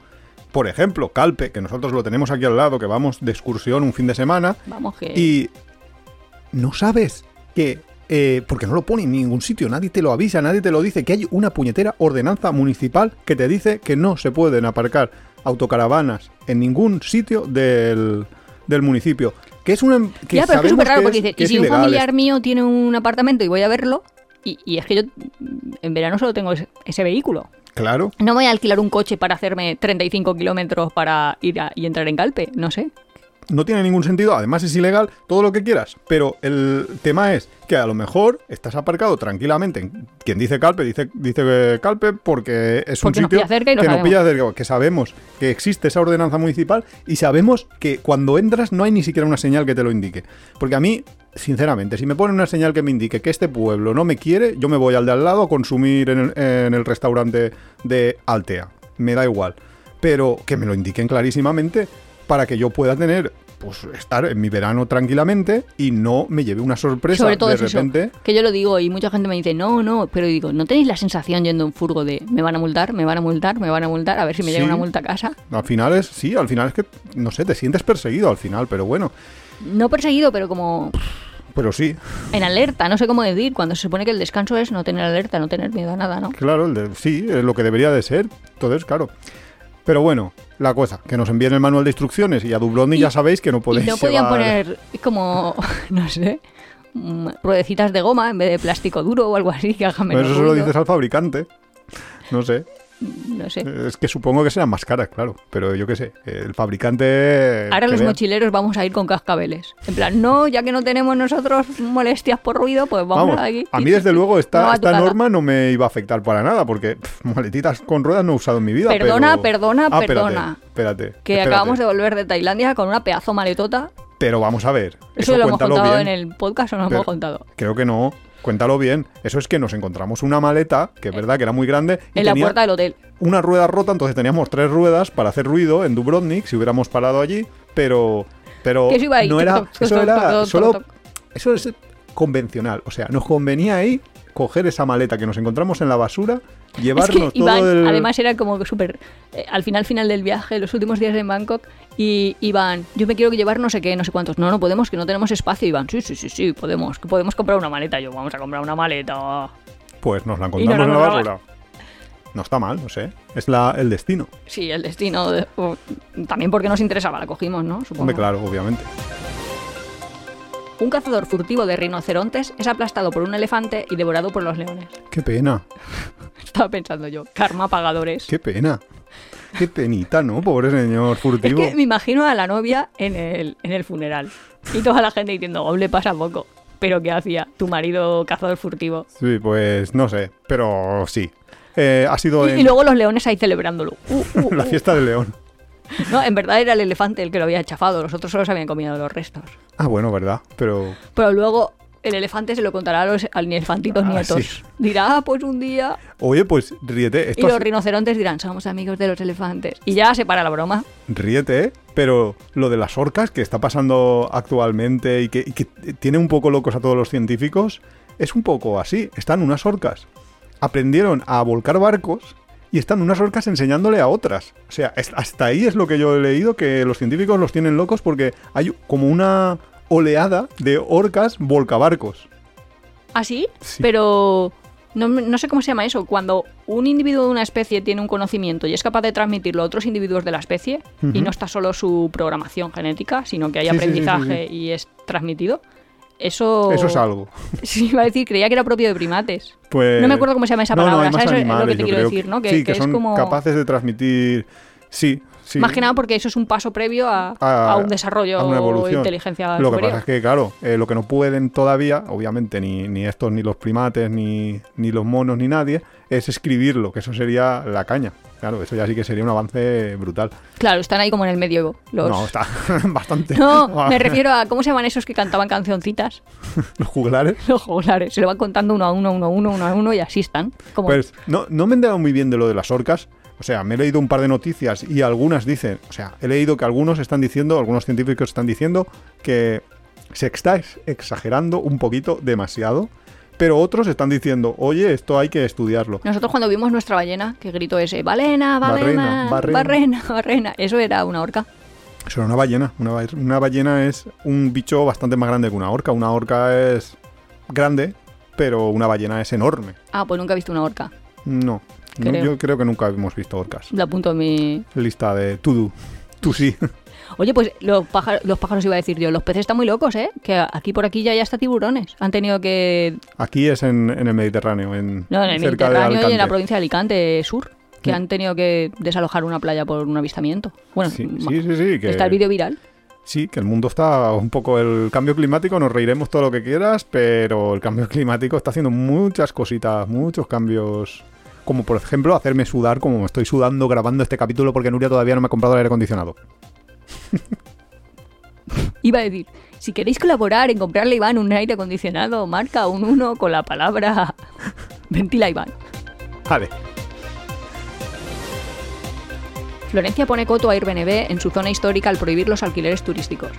Speaker 2: por ejemplo, Calpe, que nosotros lo tenemos aquí al lado, que vamos de excursión un fin de semana,
Speaker 1: Vamos que...
Speaker 2: y no sabes que, eh, porque no lo pone en ningún sitio, nadie te lo avisa, nadie te lo dice, que hay una puñetera ordenanza municipal que te dice que no se pueden aparcar autocaravanas en ningún sitio del, del municipio. Que es una... Que
Speaker 1: ya, pero es que es
Speaker 2: sabemos
Speaker 1: súper raro
Speaker 2: que
Speaker 1: porque
Speaker 2: es-
Speaker 1: dices,
Speaker 2: que
Speaker 1: y
Speaker 2: es
Speaker 1: si un
Speaker 2: ilegal,
Speaker 1: familiar mío tiene un apartamento y voy a verlo, y, y es que yo mm, en verano solo tengo ese, ese vehículo.
Speaker 2: Claro.
Speaker 1: No voy a alquilar un coche para hacerme 35 kilómetros para ir a- y entrar en Calpe, no sé.
Speaker 2: no tiene ningún sentido, además es ilegal, todo lo que quieras. Pero el tema es que a lo mejor estás aparcado tranquilamente. Quien dice Calpe, dice, dice eh, Calpe porque es
Speaker 1: Porque
Speaker 2: un
Speaker 1: nos
Speaker 2: sitio
Speaker 1: pilla cerca y lo
Speaker 2: que nos
Speaker 1: sabemos.
Speaker 2: pilla cerca, que sabemos que existe esa ordenanza municipal y sabemos que cuando entras no hay ni siquiera una señal que te lo indique. Porque a mí, sinceramente, si me ponen una señal que me indique que este pueblo no me quiere, yo me voy al de al lado a consumir en el, en el restaurante de Altea. Me da igual. pero que me lo indiquen clarísimamente para que yo pueda tener, pues estar en mi verano tranquilamente y no me lleve una sorpresa
Speaker 1: Sobre todo
Speaker 2: de
Speaker 1: es eso,
Speaker 2: repente.
Speaker 1: que yo lo digo y mucha gente me dice, no, no, pero digo, ¿no tenéis la sensación yendo en furgo de me van a multar, me van a multar, me van a multar, a ver si me llega
Speaker 2: Sí.
Speaker 1: una multa a casa?
Speaker 2: Al final es, sí, al final es que, no sé, te sientes perseguido al final, pero bueno,
Speaker 1: No perseguido, pero como
Speaker 2: pero sí,
Speaker 1: en alerta, no sé cómo decir, cuando se supone que el descanso es no tener alerta, no tener miedo a nada, ¿no?
Speaker 2: claro, el de- sí, es lo que debería de ser, entonces, claro. Pero bueno, la cosa, que nos envíen el manual de instrucciones y a Dubloni
Speaker 1: Y-
Speaker 2: ya sabéis que no
Speaker 1: Y
Speaker 2: podéis
Speaker 1: no podían
Speaker 2: llevar-
Speaker 1: poner como, no sé, mm, ruedecitas de goma en vez de plástico duro o algo así que hagan
Speaker 2: Pero
Speaker 1: menos
Speaker 2: eso se lo
Speaker 1: ruido.
Speaker 2: dices Eh, al fabricante. No sé,
Speaker 1: No sé.
Speaker 2: es que supongo que serán más caras, claro, pero yo qué sé, el fabricante...
Speaker 1: Ahora
Speaker 2: que
Speaker 1: los
Speaker 2: vea.
Speaker 1: mochileros vamos a ir con cascabeles. En plan, no, ya que no tenemos nosotros molestias por ruido, pues vamos,
Speaker 2: Vamos,
Speaker 1: aquí.
Speaker 2: a mí desde luego esta,
Speaker 1: No, a tu
Speaker 2: esta
Speaker 1: casa.
Speaker 2: norma no me iba a afectar para nada, porque pff, maletitas con ruedas no he usado en mi vida.
Speaker 1: Perdona,
Speaker 2: pero-
Speaker 1: perdona,
Speaker 2: Ah, espérate,
Speaker 1: perdona.
Speaker 2: Espérate,
Speaker 1: Que
Speaker 2: espérate.
Speaker 1: acabamos de volver de Tailandia con una pedazo maletota.
Speaker 2: Pero vamos a ver,
Speaker 1: Eso,
Speaker 2: eso,
Speaker 1: ya lo hemos
Speaker 2: cuéntalo
Speaker 1: contado
Speaker 2: bien.
Speaker 1: en el podcast o no lo
Speaker 2: Pero-
Speaker 1: hemos contado.
Speaker 2: Creo que no, cuéntalo bien. Eso es que nos encontramos una maleta, que es verdad que era muy grande, y
Speaker 1: En la
Speaker 2: tenía
Speaker 1: puerta del hotel.
Speaker 2: una rueda rota, entonces teníamos tres ruedas para hacer ruido en Dubrovnik, si hubiéramos parado allí, pero... Pero
Speaker 1: Que eso iba ahí,
Speaker 2: no
Speaker 1: toc,
Speaker 2: era,
Speaker 1: toc, toc,
Speaker 2: eso
Speaker 1: toc, toc,
Speaker 2: era
Speaker 1: toc,
Speaker 2: solo...
Speaker 1: toc, toc.
Speaker 2: Eso es convencional, o sea, nos convenía ahí coger esa maleta que nos encontramos en la basura,
Speaker 1: Es que
Speaker 2: llevarnos
Speaker 1: Iván,
Speaker 2: todo el...
Speaker 1: además era como que súper. eh, al final, final del viaje, los últimos días en Bangkok, y Iván, yo me quiero llevar no sé qué, no sé cuántos. No, no podemos, que no tenemos espacio, Iván. Sí, sí, sí, sí, podemos. Que podemos comprar una maleta. Yo, vamos a comprar una maleta.
Speaker 2: Pues nos la
Speaker 1: la
Speaker 2: encontramos en la
Speaker 1: comprabas.
Speaker 2: basura. No está mal, no sé. Es la, el destino.
Speaker 1: Sí, el destino. de- o- también porque nos interesaba, la cogimos, ¿no? Supongo.
Speaker 2: Hombre, claro, obviamente.
Speaker 1: Un cazador furtivo de rinocerontes es aplastado por un elefante y devorado por los leones.
Speaker 2: Qué pena,
Speaker 1: Estaba pensando yo, karma pagadores.
Speaker 2: qué pena. Qué penita, ¿no? Pobre señor
Speaker 1: Es
Speaker 2: furtivo.
Speaker 1: que me imagino a la novia en el, en el funeral y toda la gente diciendo, oh, le pasa poco. Pero ¿qué hacía? Tu marido cazador furtivo.
Speaker 2: Sí, pues no sé, pero sí. Eh, ha sido
Speaker 1: Y,
Speaker 2: en
Speaker 1: y luego los leones ahí celebrándolo. Uh, uh,
Speaker 2: la
Speaker 1: uh.
Speaker 2: fiesta de León.
Speaker 1: No, en verdad era el elefante el que lo había chafado, los otros solo se habían comido los restos.
Speaker 2: Ah, bueno, ¿verdad? Pero
Speaker 1: Pero luego el elefante se lo contará a los al elefantitos
Speaker 2: Ah,
Speaker 1: nietos.
Speaker 2: sí.
Speaker 1: Dirá, "Ah, pues un día
Speaker 2: oye, pues ríete.
Speaker 1: Y
Speaker 2: Esto
Speaker 1: los
Speaker 2: ha-
Speaker 1: rinocerontes dirán, somos amigos de los elefantes. Y ya se para la broma.
Speaker 2: ríete, ¿eh? pero lo de las orcas que está pasando actualmente y que, y que tiene un poco locos a todos los científicos, es un poco así. Están unas orcas. Aprendieron a volcar barcos y están unas orcas enseñándole a otras. O sea, es- hasta ahí es lo que yo he leído, que los científicos los tienen locos porque hay como una oleada de orcas volcabarcos.
Speaker 1: ¿Así?
Speaker 2: Sí.
Speaker 1: Pero no, no sé cómo se llama eso. Cuando un individuo de una especie tiene un conocimiento y es capaz de transmitirlo a otros individuos de la especie, y
Speaker 2: Ujú.
Speaker 1: no está solo su programación genética, sino que hay
Speaker 2: Sí, sí, sí, sí,
Speaker 1: aprendizaje y es transmitido, eso...
Speaker 2: Eso es algo.
Speaker 1: Sí, iba a decir, creía que era propio de primates.
Speaker 2: Pues-
Speaker 1: No me acuerdo cómo se llama esa
Speaker 2: No, no,
Speaker 1: palabra,
Speaker 2: hay más
Speaker 1: ¿sabes? Es lo que
Speaker 2: animales,
Speaker 1: te
Speaker 2: yo
Speaker 1: quiero
Speaker 2: creo
Speaker 1: decir, ¿no? Que,
Speaker 2: sí,
Speaker 1: que es
Speaker 2: son
Speaker 1: como...
Speaker 2: capaces de transmitir. Sí, sí.
Speaker 1: Más que nada porque eso es un paso previo a, a un desarrollo
Speaker 2: a una
Speaker 1: o
Speaker 2: evolución.
Speaker 1: inteligencia
Speaker 2: Lo que
Speaker 1: superior.
Speaker 2: pasa es que, claro, eh, lo que no pueden todavía, obviamente, ni, ni estos, ni los primates, ni, ni los monos, ni nadie, es escribirlo, que eso sería la caña. Claro, eso ya sí que sería un avance brutal.
Speaker 1: Claro, están ahí como en el medioevo. Los...
Speaker 2: No, está bastante.
Speaker 1: No, me refiero a cómo se llaman esos que cantaban cancioncitas,
Speaker 2: Los juglares.
Speaker 1: los juglares. Se lo van contando uno a uno, uno a uno, uno a uno y así están. Como
Speaker 2: Pues no, no me he enterado muy bien de lo de las orcas. O sea, me he leído un par de noticias y algunas dicen, o sea, he leído que algunos están diciendo, algunos científicos están diciendo que se está ex- exagerando un poquito demasiado, pero otros están diciendo, oye, esto hay que estudiarlo.
Speaker 1: nosotros cuando vimos nuestra ballena, que gritó ese, balena, balena,
Speaker 2: Barrena, barrena".
Speaker 1: barrena, barrena, Eso era una orca.
Speaker 2: Eso era una ballena. Una, ba- una ballena es un bicho bastante más grande que una orca. Una orca es grande, pero una ballena es enorme.
Speaker 1: Ah, pues nunca he visto una orca.
Speaker 2: No, no,
Speaker 1: Creo.
Speaker 2: yo creo que nunca hemos visto orcas.
Speaker 1: La apunto en mi...
Speaker 2: Lista de to do. Tú sí.
Speaker 1: Oye, pues los, pájaros, los pájaros iba a decir yo, los peces están muy locos, ¿eh? Que aquí por aquí ya ya está tiburones. Han tenido que...
Speaker 2: Aquí es en, en el Mediterráneo, en,
Speaker 1: No, en el
Speaker 2: cerca de
Speaker 1: Mediterráneo y en la
Speaker 2: Alicante.
Speaker 1: provincia de Alicante Sur, que
Speaker 2: Sí.
Speaker 1: han tenido que desalojar una playa por un avistamiento. Bueno,
Speaker 2: Sí,
Speaker 1: ma-
Speaker 2: sí, sí, sí, que,
Speaker 1: está el vídeo viral.
Speaker 2: sí, que el mundo está un poco... El cambio climático, nos reiremos todo lo que quieras, pero el cambio climático está haciendo muchas cositas, muchos cambios... Como por ejemplo hacerme sudar como me estoy sudando grabando este capítulo porque Nuria todavía no me ha comprado el aire acondicionado.
Speaker 1: Iba a decir, si queréis colaborar en comprarle a Iván un aire acondicionado, marca un 1 con la palabra ventila Iván.
Speaker 2: Vale.
Speaker 1: Florencia pone coto a Airbnb en su zona histórica al prohibir los alquileres turísticos.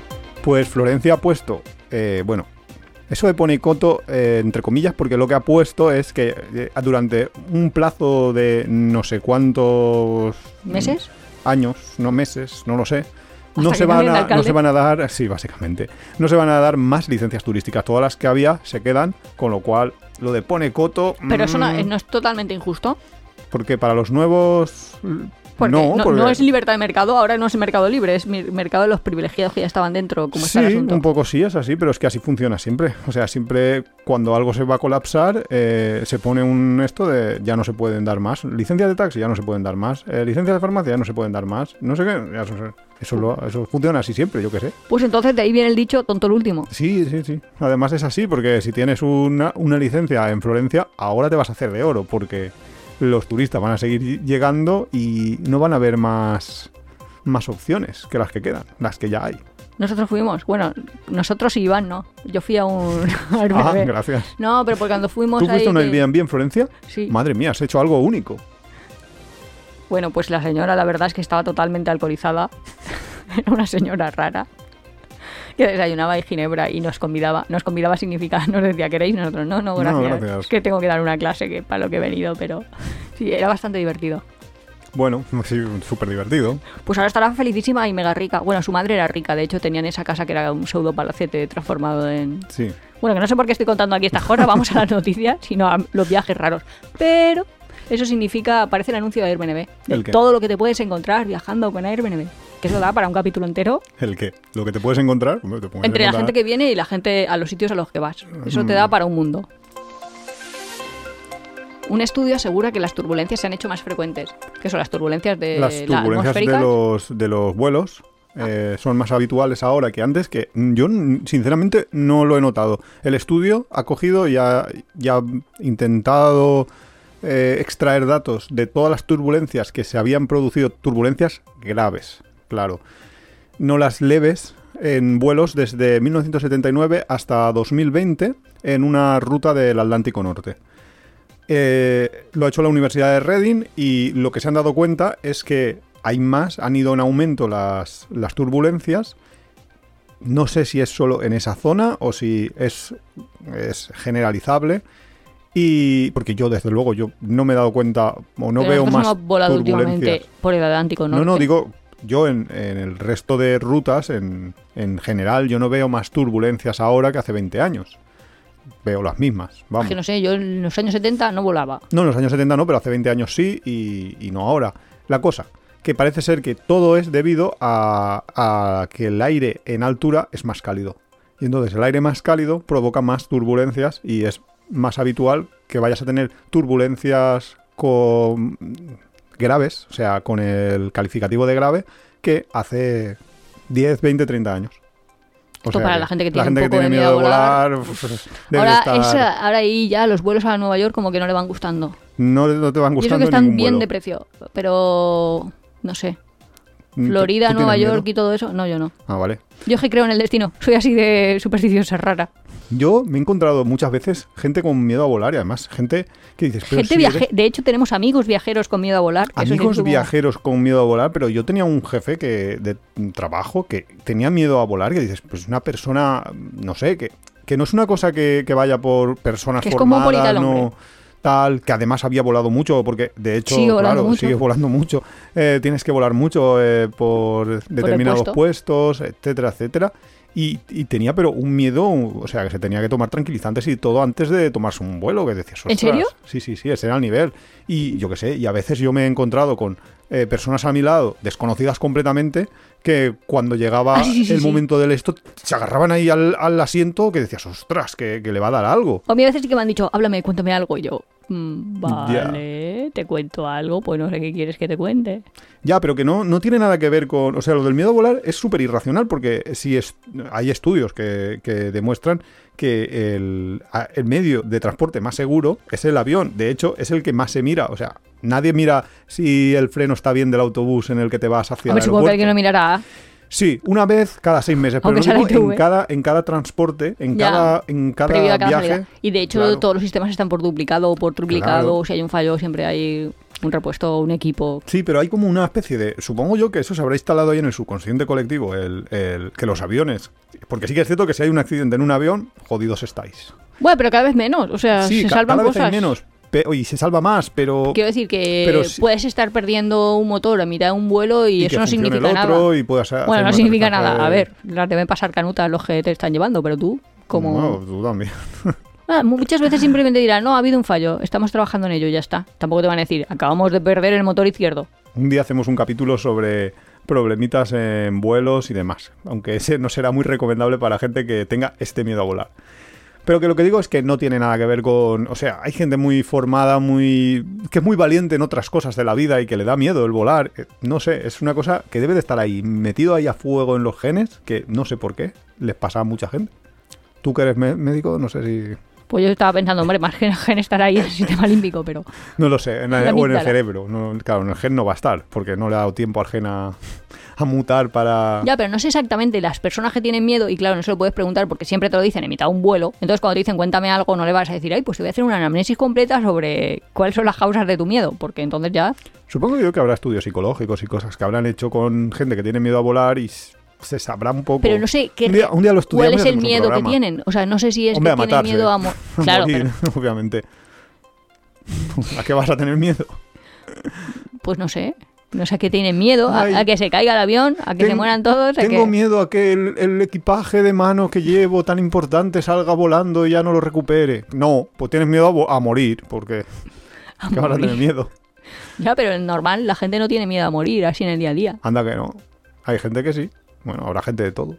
Speaker 2: Pues Florencia ha puesto, eh, bueno, eso de pone coto eh, entre comillas, porque lo que ha puesto es que eh, durante un plazo de no sé cuántos
Speaker 1: ¿Meses?
Speaker 2: años, no meses, no lo sé. No
Speaker 1: Hasta
Speaker 2: se,
Speaker 1: que
Speaker 2: van
Speaker 1: cambie el
Speaker 2: a, no
Speaker 1: alcalde.
Speaker 2: se van a dar, sí, básicamente, no se van a dar más licencias turísticas. Todas las que había se quedan, con lo cual lo de pone coto.
Speaker 1: Pero eso no,
Speaker 2: mm,
Speaker 1: no es totalmente injusto.
Speaker 2: Porque para los nuevos.
Speaker 1: Porque
Speaker 2: no,
Speaker 1: no, no
Speaker 2: porque-
Speaker 1: es libertad de mercado, ahora no es mercado libre, es mi- mercado de los privilegiados que ya estaban dentro, como
Speaker 2: Sí,
Speaker 1: está el asunto.
Speaker 2: un poco sí, es así, pero es que así funciona siempre. O sea, siempre cuando algo se va a colapsar, eh, se pone un esto de ya no se pueden dar más. Licencias de taxi ya no se pueden dar más. eh, licencias de farmacia ya no se pueden dar más. No sé qué. ya no sé. Eso, lo- eso funciona así siempre, yo qué sé.
Speaker 1: Pues entonces de ahí viene el dicho tonto el último.
Speaker 2: Sí, sí, sí. Además es así, porque si tienes una, una licencia en Florencia, ahora te vas a hacer de oro, porque los turistas van a seguir llegando y no van a haber más, más opciones que las que quedan, las que ya hay.
Speaker 1: Nosotros fuimos, bueno, nosotros y Iván no. Yo fui a un Airbnb.
Speaker 2: Ah, gracias.
Speaker 1: No, pero porque cuando fuimos
Speaker 2: ¿Tú
Speaker 1: ahí
Speaker 2: fuiste a un
Speaker 1: que-
Speaker 2: Airbnb en Florencia?
Speaker 1: Sí.
Speaker 2: Madre mía, has hecho algo único.
Speaker 1: Bueno, pues la señora, la verdad es que estaba totalmente alcoholizada. Era una señora rara que desayunaba en Ginebra y nos convidaba. Nos convidaba significa, nos decía, ¿queréis? Nosotros, no, no,
Speaker 2: No,
Speaker 1: gracias.
Speaker 2: gracias.
Speaker 1: Es que tengo que dar una clase que para lo que he venido, pero sí, era bastante divertido.
Speaker 2: Bueno, sí, súper divertido.
Speaker 1: Pues ahora estará felicísima y mega rica. Bueno, su madre era rica, de hecho tenían esa casa que era un pseudo palacete transformado en...
Speaker 2: Sí.
Speaker 1: Bueno, que no sé por qué estoy contando aquí estas cosas, vamos a las noticias, sino a los viajes raros. Pero eso significa, aparece el anuncio de Airbnb. de
Speaker 2: ¿El qué?
Speaker 1: Todo lo que te puedes encontrar viajando con Airbnb. Que eso da para un capítulo entero.
Speaker 2: ¿El qué? ¿Lo que te puedes encontrar? Hombre, te puedes
Speaker 1: Entre la gente
Speaker 2: encontrar-
Speaker 1: que viene y la gente a los sitios a los que vas. Eso te
Speaker 2: Mm.
Speaker 1: da para un mundo. Un estudio asegura que las turbulencias se han hecho más frecuentes. ¿Qué son las turbulencias de
Speaker 2: Las
Speaker 1: la
Speaker 2: turbulencias de
Speaker 1: atmosférica? Ah.
Speaker 2: los, de los vuelos eh, son más habituales ahora que antes, que yo mm, sinceramente no lo he notado. El estudio ha cogido y ha, y ha intentado eh, extraer datos de todas las turbulencias que se habían producido, turbulencias graves, claro. no las leves en vuelos desde 1979 hasta 2020 en una ruta del Atlántico Norte. Eh, lo ha hecho la Universidad de Reading y lo que se han dado cuenta es que hay más, han ido en aumento las, las turbulencias. No sé si es solo en esa zona o si es, es generalizable. Y porque yo, desde luego, yo no me he dado cuenta o no
Speaker 1: Pero
Speaker 2: veo
Speaker 1: nosotros
Speaker 2: más
Speaker 1: hemos volado
Speaker 2: turbulencias.
Speaker 1: últimamente por el Atlántico
Speaker 2: No,
Speaker 1: Norte.
Speaker 2: no, digo, yo en, en el resto de rutas, en, en general, yo no veo más turbulencias ahora que hace 20 años. Veo las mismas,
Speaker 1: Es
Speaker 2: vamos.
Speaker 1: que no sé, yo en los años 70 no volaba.
Speaker 2: No, en los años 70 no, pero hace 20 años sí y, y no ahora. La cosa, que parece ser que todo es debido a, a que el aire en altura es más cálido. Y entonces el aire más cálido provoca más turbulencias y es más habitual que vayas a tener turbulencias con graves, o sea, con el calificativo de grave, que hace 10, 20 30 años. O
Speaker 1: Esto para la gente que tiene un
Speaker 2: que
Speaker 1: poco de
Speaker 2: tiene
Speaker 1: miedo a volar,
Speaker 2: debe
Speaker 1: ahora,
Speaker 2: estar-
Speaker 1: esa- ahora ahí ya los vuelos a Nueva York como que no le van gustando.
Speaker 2: no, no te van
Speaker 1: Yo creo
Speaker 2: gustando
Speaker 1: que están
Speaker 2: ningún
Speaker 1: bien
Speaker 2: vuelo.
Speaker 1: de precio, pero no sé.
Speaker 2: Mm, ¿tú-
Speaker 1: Florida,
Speaker 2: tú
Speaker 1: Nueva
Speaker 2: tienes
Speaker 1: York y
Speaker 2: miedo?
Speaker 1: todo eso, no, yo no.
Speaker 2: Ah, vale.
Speaker 1: Yo es que creo en el destino, soy así de supersticiosa rara.
Speaker 2: Yo me he encontrado muchas veces gente con miedo a volar y además gente que dices, pero
Speaker 1: Gente
Speaker 2: si
Speaker 1: viaje,
Speaker 2: eres
Speaker 1: de hecho tenemos amigos viajeros con miedo a volar. que eso es
Speaker 2: amigos
Speaker 1: como-
Speaker 2: viajeros con miedo a volar, pero yo tenía un jefe que de trabajo que tenía miedo a volar, que dices, pues una persona, mm, no sé, que, que no es una cosa que, que vaya por personas
Speaker 1: Que es cosmopolita
Speaker 2: formadas,
Speaker 1: el
Speaker 2: no
Speaker 1: hombre.
Speaker 2: tal, que además había volado mucho, porque de hecho,
Speaker 1: Sigue volando
Speaker 2: claro,
Speaker 1: mucho.
Speaker 2: sigues volando mucho, eh, tienes que volar mucho eh, por determinados
Speaker 1: puesto.
Speaker 2: puestos, etcétera, etcétera. Y, y tenía pero un miedo, o sea, que se tenía que tomar tranquilizantes y todo antes de tomarse un vuelo, que decías,
Speaker 1: ¿En serio?
Speaker 2: "Ostras, Sí, sí, sí, ese era el nivel. Y yo qué sé, y a veces yo me he encontrado con eh, personas a mi lado, desconocidas completamente, que cuando llegaba
Speaker 1: Ah, sí, sí, sí,
Speaker 2: el
Speaker 1: sí.
Speaker 2: momento del esto, se agarraban ahí al, al asiento que decías, ostras, que, que le va a dar algo.
Speaker 1: O a mí a veces sí que me han dicho, háblame, cuéntame algo. Y yo, "Mm,
Speaker 2: Ya.
Speaker 1: vale, te cuento algo, pues no sé qué quieres que te cuente.
Speaker 2: Ya, pero que no, no tiene nada que ver con. O sea, lo del miedo a volar es súper irracional porque si es, hay estudios que, que demuestran que el, a- el medio de transporte más seguro es el avión. De hecho, es el que más se mira. O sea, nadie mira si el freno está bien del autobús en el que te vas hacia
Speaker 1: A
Speaker 2: el
Speaker 1: ver, supongo que
Speaker 2: aeropuerto.
Speaker 1: alguien lo mirará.
Speaker 2: Sí, una vez cada seis meses, pero
Speaker 1: Aunque
Speaker 2: lo
Speaker 1: sea la
Speaker 2: digo en
Speaker 1: ITV.
Speaker 2: cada, en cada transporte, en
Speaker 1: Ya.
Speaker 2: cada, en cada
Speaker 1: prohibida cada
Speaker 2: viaje.
Speaker 1: salida. Y de hecho
Speaker 2: Claro.
Speaker 1: todos los sistemas están por duplicado o por triplicado,
Speaker 2: Claro.
Speaker 1: si hay un fallo siempre hay un repuesto o un equipo.
Speaker 2: Sí, pero hay como una especie de. Supongo yo que eso se habrá instalado ahí en el subconsciente colectivo, el, el- que los aviones. Porque sí que es cierto que si hay un accidente en un avión, jodidos estáis.
Speaker 1: Bueno, pero cada vez menos, o sea,
Speaker 2: sí,
Speaker 1: Ah, se
Speaker 2: ca-
Speaker 1: salvan
Speaker 2: cada vez
Speaker 1: cosas.
Speaker 2: hay menos. pe- y se salva más, pero.
Speaker 1: Quiero decir que
Speaker 2: Pero si-
Speaker 1: puedes estar perdiendo un motor a mitad de un vuelo y,
Speaker 2: que
Speaker 1: eso no
Speaker 2: funcione
Speaker 1: significa
Speaker 2: el otro
Speaker 1: nada.
Speaker 2: y puedas hacer
Speaker 1: bueno, no
Speaker 2: un
Speaker 1: significa
Speaker 2: aterrizaje-
Speaker 1: nada. A ver, las deben pasar canutas los que te están llevando, pero tú, como.
Speaker 2: No, tú también.
Speaker 1: Ah, muchas veces simplemente dirán, no, ha habido un fallo, estamos trabajando en ello, ya está. Tampoco te van a decir, acabamos de perder el motor izquierdo.
Speaker 2: Un día hacemos un capítulo sobre problemitas en vuelos y demás, aunque ese no será muy recomendable para gente que tenga este miedo a volar. Pero que lo que digo es que no tiene nada que ver con, o sea, hay gente muy formada, muy que es muy valiente en otras cosas de la vida y que le da miedo el volar, Eh, no sé, es una cosa que debe de estar ahí metido ahí a fuego en los genes, que no sé por qué les pasa a mucha gente. Tú que eres mé- médico, no sé si
Speaker 1: Pues yo estaba pensando, hombre, más que gen estar ahí en el sistema límbico, pero
Speaker 2: No lo sé, en la-
Speaker 1: La
Speaker 2: o en el
Speaker 1: amígdala.
Speaker 2: cerebro. No, claro, en el gen no va a estar, porque no le ha dado tiempo al gen a, a mutar para...
Speaker 1: Ya, pero no sé exactamente las personas que tienen miedo, y claro, no se lo puedes preguntar porque siempre te lo dicen en mitad de un vuelo. Entonces, cuando te dicen cuéntame algo, no le vas a decir, ay, pues te voy a hacer una anamnesis completa sobre cuáles son las causas de tu miedo, porque entonces ya.
Speaker 2: Supongo yo que habrá estudios psicológicos y cosas que habrán hecho con gente que tiene miedo a volar y s- se sabrá un poco...
Speaker 1: Pero no sé qué.
Speaker 2: Un día, un día lo
Speaker 1: ¿Cuál
Speaker 2: estudiamos y
Speaker 1: es el
Speaker 2: hacemos un
Speaker 1: miedo que
Speaker 2: programa.
Speaker 1: tienen? O sea, no sé si es que
Speaker 2: Hombre, a
Speaker 1: tienen
Speaker 2: matarse.
Speaker 1: miedo a. mo- Claro,
Speaker 2: Morir, obviamente. ¿A qué vas a tener miedo?
Speaker 1: pero, pues no sé. No sé a qué tienen miedo, a-
Speaker 2: Ay.
Speaker 1: a, que se caiga el avión, a que se
Speaker 2: Ten-
Speaker 1: mueran todos, a
Speaker 2: Tengo
Speaker 1: que-
Speaker 2: miedo a que el, el equipaje de mano que llevo tan importante salga volando y ya no lo recupere. No, pues tienes miedo a, vo- a morir, porque...
Speaker 1: a
Speaker 2: ¿Qué vas a
Speaker 1: morir.
Speaker 2: tener miedo?
Speaker 1: Ya, pero en normal la gente no tiene miedo a morir así en el día a día.
Speaker 2: Anda que no. Hay gente que sí. Bueno, habrá gente de todo.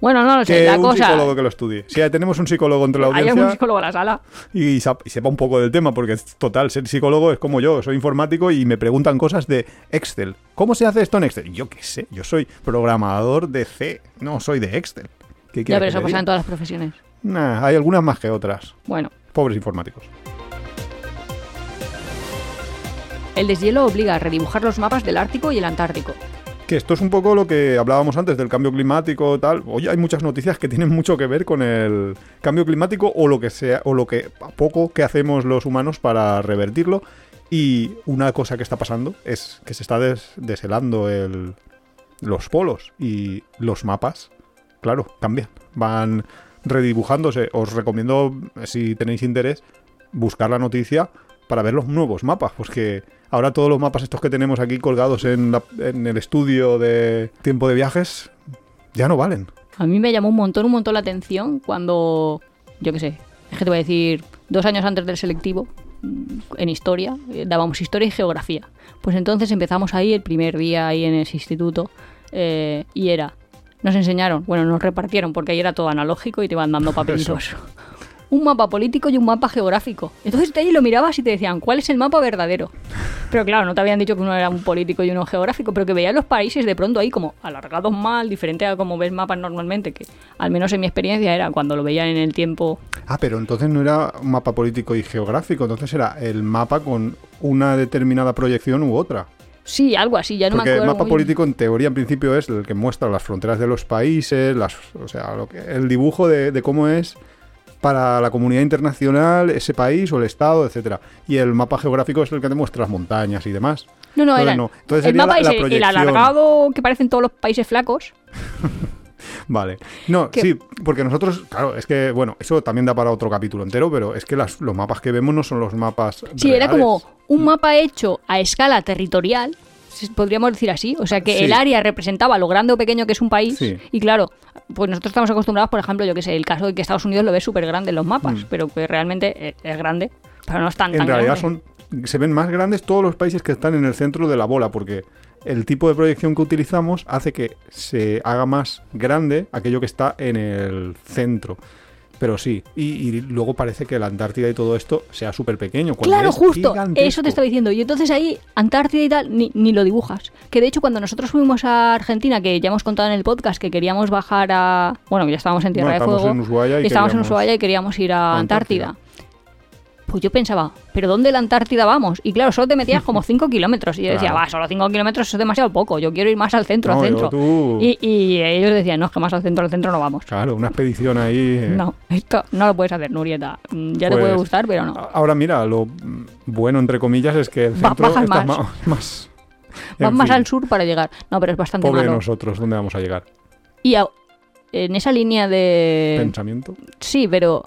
Speaker 1: Bueno, no lo sé,
Speaker 2: que
Speaker 1: la
Speaker 2: un psicólogo
Speaker 1: cosa.
Speaker 2: que lo estudie. Si ya tenemos un psicólogo entre la
Speaker 1: Hay algún
Speaker 2: audiencia
Speaker 1: psicólogo en la sala.
Speaker 2: y, sap- y sepa un poco del tema, porque es total, ser psicólogo es como yo, soy informático y me preguntan cosas de Excel. ¿Cómo se hace esto en Excel? Yo qué sé, yo soy programador de C, no soy de Excel. ¿Qué
Speaker 1: Ya,
Speaker 2: quieres
Speaker 1: pero
Speaker 2: que
Speaker 1: eso
Speaker 2: te
Speaker 1: pasa en
Speaker 2: diga?
Speaker 1: todas las profesiones.
Speaker 2: Nah, hay algunas más que otras.
Speaker 1: Bueno,
Speaker 2: Pobres informáticos.
Speaker 1: el deshielo obliga a redibujar los mapas del Ártico y el Antártico.
Speaker 2: Que esto es un poco lo que hablábamos antes del cambio climático, tal. Hoy hay muchas noticias que tienen mucho que ver con el cambio climático o lo que sea, o lo que a poco que hacemos los humanos para revertirlo. Y una cosa que está pasando es que se está des- deshelando el- los polos y los mapas, claro, cambian. Van redibujándose. Os recomiendo, si tenéis interés, buscar la noticia para ver los nuevos mapas, porque ahora todos los mapas estos que tenemos aquí colgados en, la- en el estudio de tiempo de viajes ya no valen.
Speaker 1: A mí me llamó un montón, un montón la atención cuando, yo qué sé, es que te voy a decir, dos años antes del selectivo, mm, en historia, eh, dábamos historia y geografía. Pues entonces empezamos ahí el primer día ahí en ese instituto eh, y era, nos enseñaron, bueno, nos repartieron porque ahí era todo analógico y te van dando papelitos. Un mapa político y un mapa geográfico. Entonces te ahí lo mirabas y te decían, ¿cuál es el mapa verdadero? Pero claro, no te habían dicho que uno era un político y uno geográfico, pero que veías los países de pronto ahí como alargados mal, diferente a como ves mapas normalmente, que al menos en mi experiencia era cuando lo veían en el tiempo.
Speaker 2: Ah, pero entonces no era un mapa político y geográfico, entonces era el mapa con una determinada proyección u otra.
Speaker 1: Sí, algo así, ya no
Speaker 2: Porque
Speaker 1: me
Speaker 2: el
Speaker 1: acuerdo.
Speaker 2: mapa
Speaker 1: muy bien.
Speaker 2: político en teoría en principio es el que muestra las fronteras de los países, las, o sea, lo que, el dibujo de, de cómo es para la comunidad internacional ese país o el estado, etcétera. Y el mapa geográfico es el que te muestra las montañas y demás.
Speaker 1: No, no,
Speaker 2: Entonces,
Speaker 1: era.
Speaker 2: no. Entonces
Speaker 1: el
Speaker 2: sería
Speaker 1: mapa
Speaker 2: la- la
Speaker 1: es el- el,
Speaker 2: proyección.
Speaker 1: alargado que parecen todos los países flacos.
Speaker 2: Vale. No,
Speaker 1: Que-
Speaker 2: sí, porque nosotros, claro, es que, bueno, eso también da para otro capítulo entero, pero es que las- los mapas que vemos no son los mapas.
Speaker 1: Sí, era
Speaker 2: reales.
Speaker 1: como un mapa hecho a escala territorial, si podríamos decir así. O sea, que
Speaker 2: Sí.
Speaker 1: el área representaba lo grande o pequeño que es un país.
Speaker 2: Sí.
Speaker 1: Y claro, pues nosotros estamos acostumbrados, por ejemplo, yo que sé, el caso de que Estados Unidos lo ve súper grande en los mapas, pero que realmente es, es grande, pero no es tan,
Speaker 2: Mm. En
Speaker 1: tan
Speaker 2: realidad
Speaker 1: grande.
Speaker 2: son se ven más grandes todos los países que están en el centro de la bola, porque el tipo de proyección que utilizamos hace que se haga más grande aquello que está en el centro. Pero sí, y, y luego parece que la Antártida y todo esto sea súper pequeño. cuando
Speaker 1: Claro,
Speaker 2: es
Speaker 1: justo.
Speaker 2: gigantesco.
Speaker 1: Eso te estaba diciendo. Y entonces ahí, Antártida y tal, ni, ni lo dibujas. Que de hecho, cuando nosotros fuimos a Argentina, que ya hemos contado en el podcast que queríamos bajar a. Bueno, que ya estábamos en Tierra
Speaker 2: Bueno,
Speaker 1: de
Speaker 2: estábamos
Speaker 1: Fuego.
Speaker 2: en Ushuaia y
Speaker 1: estábamos en
Speaker 2: queríamos
Speaker 1: Ushuaia y queríamos ir a
Speaker 2: a
Speaker 1: Antártida.
Speaker 2: Antártida.
Speaker 1: Pues yo pensaba, ¿pero dónde en la Antártida vamos? Y claro, solo te metías como 5 kilómetros. Y yo decía,
Speaker 2: Claro.
Speaker 1: va, solo 5 kilómetros es demasiado poco. Yo quiero ir más al centro,
Speaker 2: No,
Speaker 1: al
Speaker 2: yo,
Speaker 1: centro.
Speaker 2: tú-
Speaker 1: Y, y ellos decían, no, es que más al centro, al centro no vamos.
Speaker 2: Claro, una expedición ahí. eh.
Speaker 1: No, esto no lo puedes hacer, Nurieta. Mm, Ya te puede
Speaker 2: Pues,
Speaker 1: gustar, pero no.
Speaker 2: a- Ahora mira, lo mm, bueno, entre comillas, es que el
Speaker 1: Ba-
Speaker 2: centro
Speaker 1: bajas
Speaker 2: está
Speaker 1: más.
Speaker 2: ma- más. en
Speaker 1: Vas más
Speaker 2: fin,
Speaker 1: al sur para llegar. No, pero es bastante
Speaker 2: Pobre de
Speaker 1: malo.
Speaker 2: nosotros, ¿dónde vamos a llegar?
Speaker 1: Y a- en esa línea de...
Speaker 2: Pensamiento.
Speaker 1: Sí, pero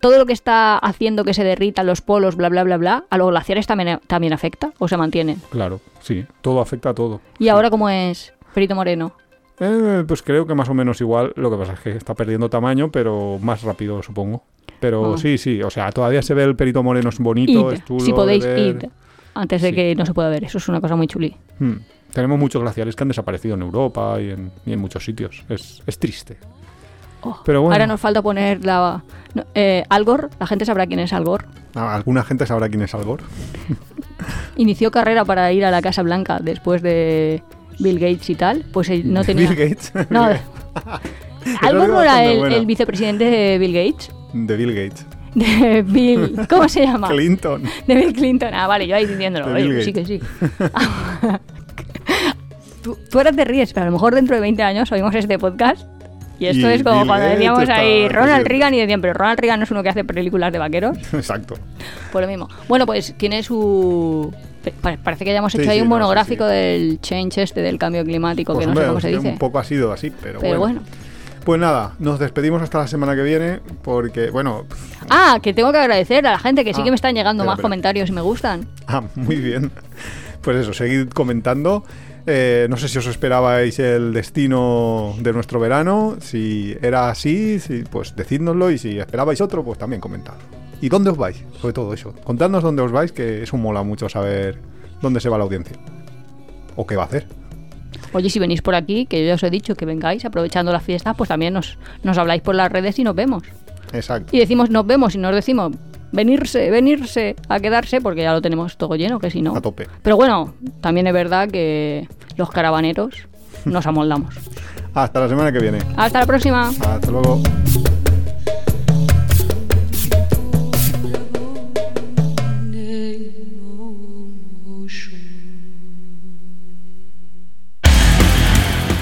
Speaker 1: todo lo que está haciendo que se derritan los polos, bla, bla, bla, bla, a los glaciares también, eh, también afecta o se mantienen.
Speaker 2: Claro, sí. Todo afecta a todo.
Speaker 1: ¿Y ahora cómo es Perito Moreno?
Speaker 2: Eh, pues creo que más o menos igual. Lo que pasa es que está perdiendo tamaño, pero más rápido, supongo. Pero
Speaker 1: Ah.
Speaker 2: sí, sí. O sea, todavía se ve el perito moreno, es bonito,
Speaker 1: Id,
Speaker 2: es chulo.
Speaker 1: si podéis,
Speaker 2: de ver.
Speaker 1: id. Antes de
Speaker 2: Sí.
Speaker 1: que no se pueda ver, eso es una cosa muy chuli.
Speaker 2: Hmm. Tenemos muchos glaciares que han desaparecido en Europa y en, y en muchos sitios. Es, es triste.
Speaker 1: Oh,
Speaker 2: Pero bueno.
Speaker 1: Ahora nos falta poner la... no, eh, Algor, la gente sabrá quién es Algor.
Speaker 2: Ah, Alguna gente sabrá quién es Algor.
Speaker 1: Inició carrera para ir a la Casa Blanca después de Bill Gates y tal, pues él no tenía...
Speaker 2: Bill Gates.
Speaker 1: No, Algor no era
Speaker 2: bastante
Speaker 1: el,
Speaker 2: buena.
Speaker 1: el vicepresidente de Bill Gates.
Speaker 2: De Bill Gates.
Speaker 1: De Bill... ¿Cómo se llama?
Speaker 2: Clinton.
Speaker 1: De Bill Clinton. Ah, vale, yo ahí diciéndolo.
Speaker 2: De
Speaker 1: Oye,
Speaker 2: Bill
Speaker 1: que sí, que sí. tú, tú ahora te ríes, pero a lo mejor dentro de 20 años oímos este podcast. Y esto
Speaker 2: Y
Speaker 1: es como
Speaker 2: Bill
Speaker 1: cuando
Speaker 2: Gates
Speaker 1: decíamos
Speaker 2: está
Speaker 1: ahí Ronald
Speaker 2: presidente.
Speaker 1: Reagan y decían, pero Ronald Reagan no es uno que hace películas de vaqueros.
Speaker 2: Exacto.
Speaker 1: Pues lo mismo. Bueno, pues tiene su... pa- Parece que hayamos
Speaker 2: Sí,
Speaker 1: hecho ahí
Speaker 2: sí,
Speaker 1: un
Speaker 2: no, sí,
Speaker 1: monográfico
Speaker 2: sí.
Speaker 1: del change este, del cambio climático, que
Speaker 2: Pues
Speaker 1: no
Speaker 2: hombre,
Speaker 1: sé cómo se dice.
Speaker 2: Un poco ha sido así, pero,
Speaker 1: Pero
Speaker 2: bueno.
Speaker 1: bueno.
Speaker 2: Pues nada, nos despedimos hasta la semana que viene porque, bueno, pf,
Speaker 1: Ah, que tengo que agradecer a la gente que sí
Speaker 2: Ah,
Speaker 1: que me están llegando
Speaker 2: espera,
Speaker 1: más
Speaker 2: espera.
Speaker 1: comentarios y me gustan.
Speaker 2: ah, muy bien. Pues eso, seguid comentando. Eh, no sé si os esperabais el destino de nuestro verano. Si era así, si- pues decídnoslo. Y si esperabais otro, pues también comentad. ¿Y dónde os vais? Sobre todo eso. Contadnos dónde os vais, que eso mola mucho saber dónde se va la audiencia. O qué va a hacer.
Speaker 1: Oye, si venís por aquí, que yo ya os he dicho que vengáis aprovechando las fiestas, pues también nos, nos habláis por las redes y nos vemos.
Speaker 2: Exacto.
Speaker 1: Y decimos nos vemos y nos decimos venirse, venirse a quedarse, porque ya lo tenemos todo lleno, que si no.
Speaker 2: A tope.
Speaker 1: Pero bueno, también es verdad que los caravaneros nos amoldamos.
Speaker 2: Hasta la semana que viene.
Speaker 1: Hasta la próxima.
Speaker 2: Hasta luego.